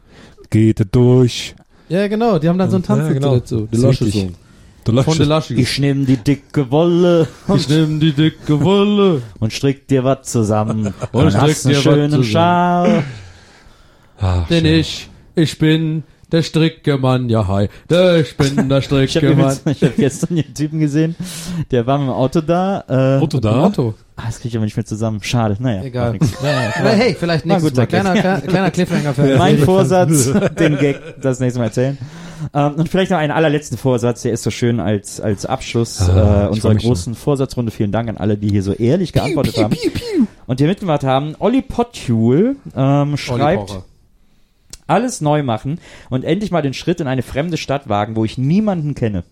Speaker 3: Geht durch.
Speaker 2: Ja, genau, die haben dann so einen
Speaker 3: Ja,
Speaker 2: Tanz
Speaker 3: genau.
Speaker 2: dazu. Die
Speaker 3: Ist
Speaker 2: Lasche
Speaker 3: richtig.
Speaker 2: so.
Speaker 3: Du
Speaker 2: Von der Lasche.
Speaker 4: Ich nehme die dicke Wolle
Speaker 2: Ich nehm die dicke Wolle.
Speaker 4: und strick dir was zusammen.
Speaker 2: Und
Speaker 4: Und
Speaker 2: strick
Speaker 4: hast einen
Speaker 2: dir was
Speaker 4: schönen
Speaker 2: zusammen.
Speaker 4: Schal.
Speaker 3: Ach,
Speaker 2: Denn
Speaker 3: Ah, schön.
Speaker 2: ich, ich bin der Strickemann, ja hi. Der, ich bin der
Speaker 4: Ich habe
Speaker 2: Strickemann.
Speaker 4: übrigens- ich hab gestern den Typen gesehen, der war mit dem Auto da. Äh,
Speaker 3: Auto da?
Speaker 2: Otto.
Speaker 4: Ah, das krieg ich aber nicht mehr zusammen. Schade. Naja. macht
Speaker 2: Egal.
Speaker 4: nix.
Speaker 2: Aber hey, vielleicht
Speaker 4: Na
Speaker 2: nächstes
Speaker 4: gut,
Speaker 2: Mal.
Speaker 4: danke.
Speaker 2: Kleiner, kleiner, kleiner Cliffhanger für
Speaker 4: mein Vorsatz, den Gag das nächste Mal erzählen. Ähm, und vielleicht noch einen allerletzten Vorsatz, der ist so schön als, als Abschluss
Speaker 3: Ah,
Speaker 4: äh,
Speaker 3: ich
Speaker 4: unserer
Speaker 3: freu mich
Speaker 4: großen Vorsatzrunde. Vielen Dank an alle, die hier so ehrlich geantwortet haben und hier mitgemacht haben. Olli Pottjul ähm, schreibt, alles neu machen und endlich mal den Schritt in eine fremde Stadt wagen, wo ich niemanden kenne.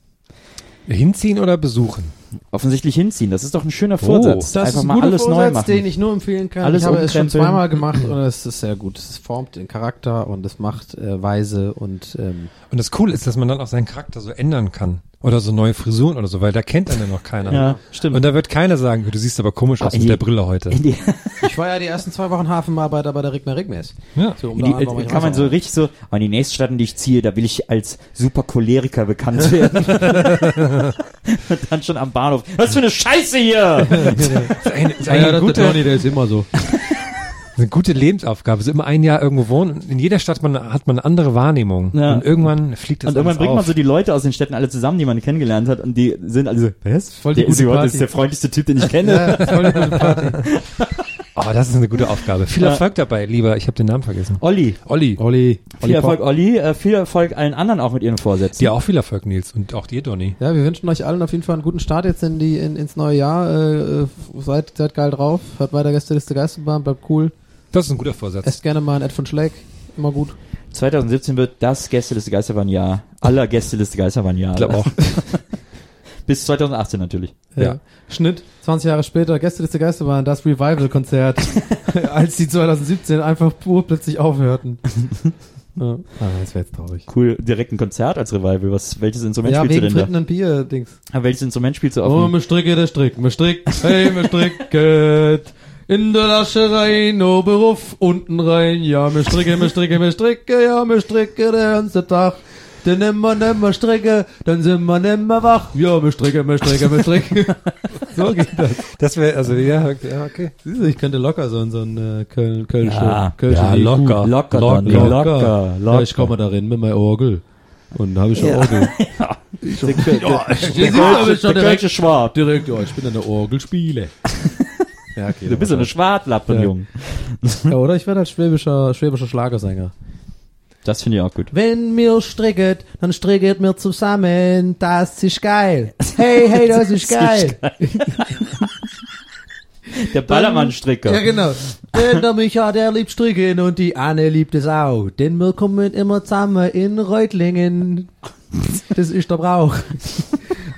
Speaker 3: Hinziehen oder besuchen?
Speaker 4: Offensichtlich hinziehen, das ist doch ein schöner
Speaker 3: Oh.
Speaker 2: Das
Speaker 4: Vorsatz.
Speaker 2: ist
Speaker 4: Einfach
Speaker 2: ein
Speaker 4: mal
Speaker 2: guter
Speaker 4: alles neu
Speaker 2: Vorsatz,
Speaker 4: machen.
Speaker 2: den ich nur empfehlen kann.
Speaker 4: Alles
Speaker 2: ich habe es schon
Speaker 4: umkrempeln.
Speaker 2: zweimal gemacht und es ist sehr gut. Es formt den Charakter und es macht äh, weise und ähm,
Speaker 3: Und das Coole ist, dass man dann auch seinen Charakter so ändern kann. Oder so neue Frisuren oder so, weil da kennt einen ja noch keiner.
Speaker 4: Ja, stimmt.
Speaker 3: Und da wird keiner sagen, du siehst aber komisch aus
Speaker 4: Ah,
Speaker 3: mit
Speaker 4: in
Speaker 3: der
Speaker 4: die-
Speaker 3: Brille heute.
Speaker 4: in die,
Speaker 2: ich war ja die ersten zwei Wochen Hafenarbeiter bei der Rigmer Rigmes.
Speaker 3: Ja.
Speaker 2: So, um
Speaker 4: In
Speaker 2: da
Speaker 4: die,
Speaker 2: einfach mal
Speaker 4: äh, kann man so
Speaker 2: reinzukommen.
Speaker 4: richtig so, oh, in die nächste Stadt, in die ich ziehe, da will ich als super Choleriker bekannt werden. Und dann schon am Bahnhof. Was für eine Scheiße hier!
Speaker 3: Das ist eine, das ist
Speaker 2: Ja,
Speaker 3: eine
Speaker 2: ja, das
Speaker 3: gute,
Speaker 2: der Tony, der ist immer so.
Speaker 3: eine gute Lebensaufgabe. So immer ein Jahr irgendwo wohnen. und In jeder Stadt man, hat man eine andere Wahrnehmung.
Speaker 4: Ja.
Speaker 3: Und irgendwann fliegt das
Speaker 4: und irgendwann
Speaker 3: alles
Speaker 4: bringt
Speaker 3: auf.
Speaker 4: man so die Leute aus den Städten alle zusammen, die man kennengelernt hat, und die sind alle so, was?
Speaker 2: Voll die
Speaker 4: der ist,
Speaker 2: gute
Speaker 4: überhaupt-
Speaker 2: Party.
Speaker 4: das ist der freundlichste Typ, den ich kenne.
Speaker 3: Oh, das ist eine gute Aufgabe. Viel
Speaker 4: Ja.
Speaker 3: Erfolg dabei, lieber. Ich habe den Namen vergessen.
Speaker 4: Olli,
Speaker 3: Olli.
Speaker 2: Olli.
Speaker 4: viel Erfolg, Olli, äh, viel Erfolg allen anderen auch mit ihren Vorsätzen.
Speaker 3: Dir auch viel Erfolg, Nils. Und auch dir, Donny.
Speaker 2: Ja, wir wünschen euch allen auf jeden Fall einen guten Start jetzt in die, in, ins neue Jahr. Äh, äh, seid, seid geil drauf. Hört weiter Gästeliste Geisterbahn. Bleibt cool.
Speaker 3: Das ist ein guter Vorsatz.
Speaker 2: Esst gerne mal ein Ed von Schleck. Immer gut.
Speaker 4: 2017 wird das Gästeliste Geisterbahnjahr aller Gästeliste Geisterbahnjahr.
Speaker 3: Ich glaube auch.
Speaker 4: Bis 2018 natürlich.
Speaker 2: Ja.
Speaker 3: Ja.
Speaker 2: Äh, Schnitt. 20 Jahre später. Gästeliste Geisterbahn. Das Revival-Konzert. als die 2017 einfach pur plötzlich aufhörten. ja. Ah, das wäre jetzt traurig.
Speaker 4: Cool, direkt ein Konzert als Revival. Was, welches Instrument
Speaker 2: ja,
Speaker 4: spielst du
Speaker 2: wegen
Speaker 4: denn da?
Speaker 2: Fritten und Bier-Dings.
Speaker 4: Ah, Welches Instrument spielst du auf dem-
Speaker 2: mir Oh, stricke, der strickt, mir strickt, hey, mir stricket. In der Lasche rein, Oberruf, unten rein, ja, mir stricke, mir stricke, mir stricke, ja, mir stricke der ganze Tag. Denn nimmer, nimmer stricke, dann sind wir nimmer wach, ja, mir stricke, mir stricke, mir stricke. so geht das.
Speaker 3: Das wäre, also, ja, okay, ja, okay.
Speaker 2: Siehst du, ich könnte locker so in so ein äh, Köln, Köln,
Speaker 4: Ja,
Speaker 2: Köln, E
Speaker 3: ja, locker.
Speaker 4: Locker,
Speaker 3: Locker,
Speaker 4: Donny, locker, locker.
Speaker 2: Ja, ich komme da rein mit meinem Orgel. Und da habe ich schon Orgel.
Speaker 4: Der, der, der,
Speaker 2: ich
Speaker 4: der, Kölsche- der Kölsche Schwab.
Speaker 2: Direkt, ja, ich bin an der Orgel spiele. ja, okay.
Speaker 4: Du bist ja eine Schwartlappe,
Speaker 2: Ja.
Speaker 4: Junge.
Speaker 2: ja, oder ich werde als schwäbischer, schwäbischer Schlagersänger.
Speaker 4: Das finde ich auch gut.
Speaker 2: Wenn mir stricket, dann stricket mir zusammen. Das ist geil. Hey, hey, das ist geil.
Speaker 4: Der Ballermann-Stricker.
Speaker 6: Ja, genau. Denn der Micha, der liebt Stricken und die Anne liebt es auch. Denn wir kommen immer zusammen in Reutlingen. Das ist der Brauch.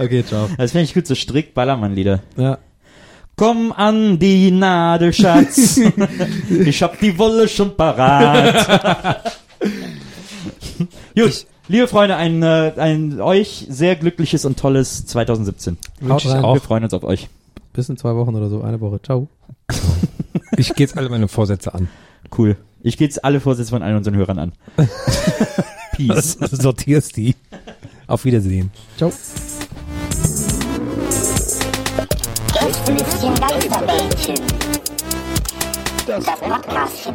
Speaker 6: Okay, ciao.
Speaker 4: Das finde ich gut, so Strick-Ballermann-Lieder.
Speaker 6: Ja.
Speaker 4: Komm an die Nadel, Schatz. ich hab die Wolle schon parat. Gut, liebe Freunde, ein, äh, ein euch sehr glückliches und tolles 2017.
Speaker 6: Haut rein.
Speaker 4: Wir freuen uns auf euch.
Speaker 6: Bis in zwei Wochen oder so. Eine Woche. Ciao.
Speaker 3: Ich gehe jetzt alle meine Vorsätze an.
Speaker 4: Cool. Ich gehe jetzt alle Vorsätze von allen unseren Hörern an. Peace.
Speaker 3: Sortierst die. Auf Wiedersehen.
Speaker 6: Ciao.
Speaker 7: Gästelistchen Geisterbändchen. Das Podcastchen.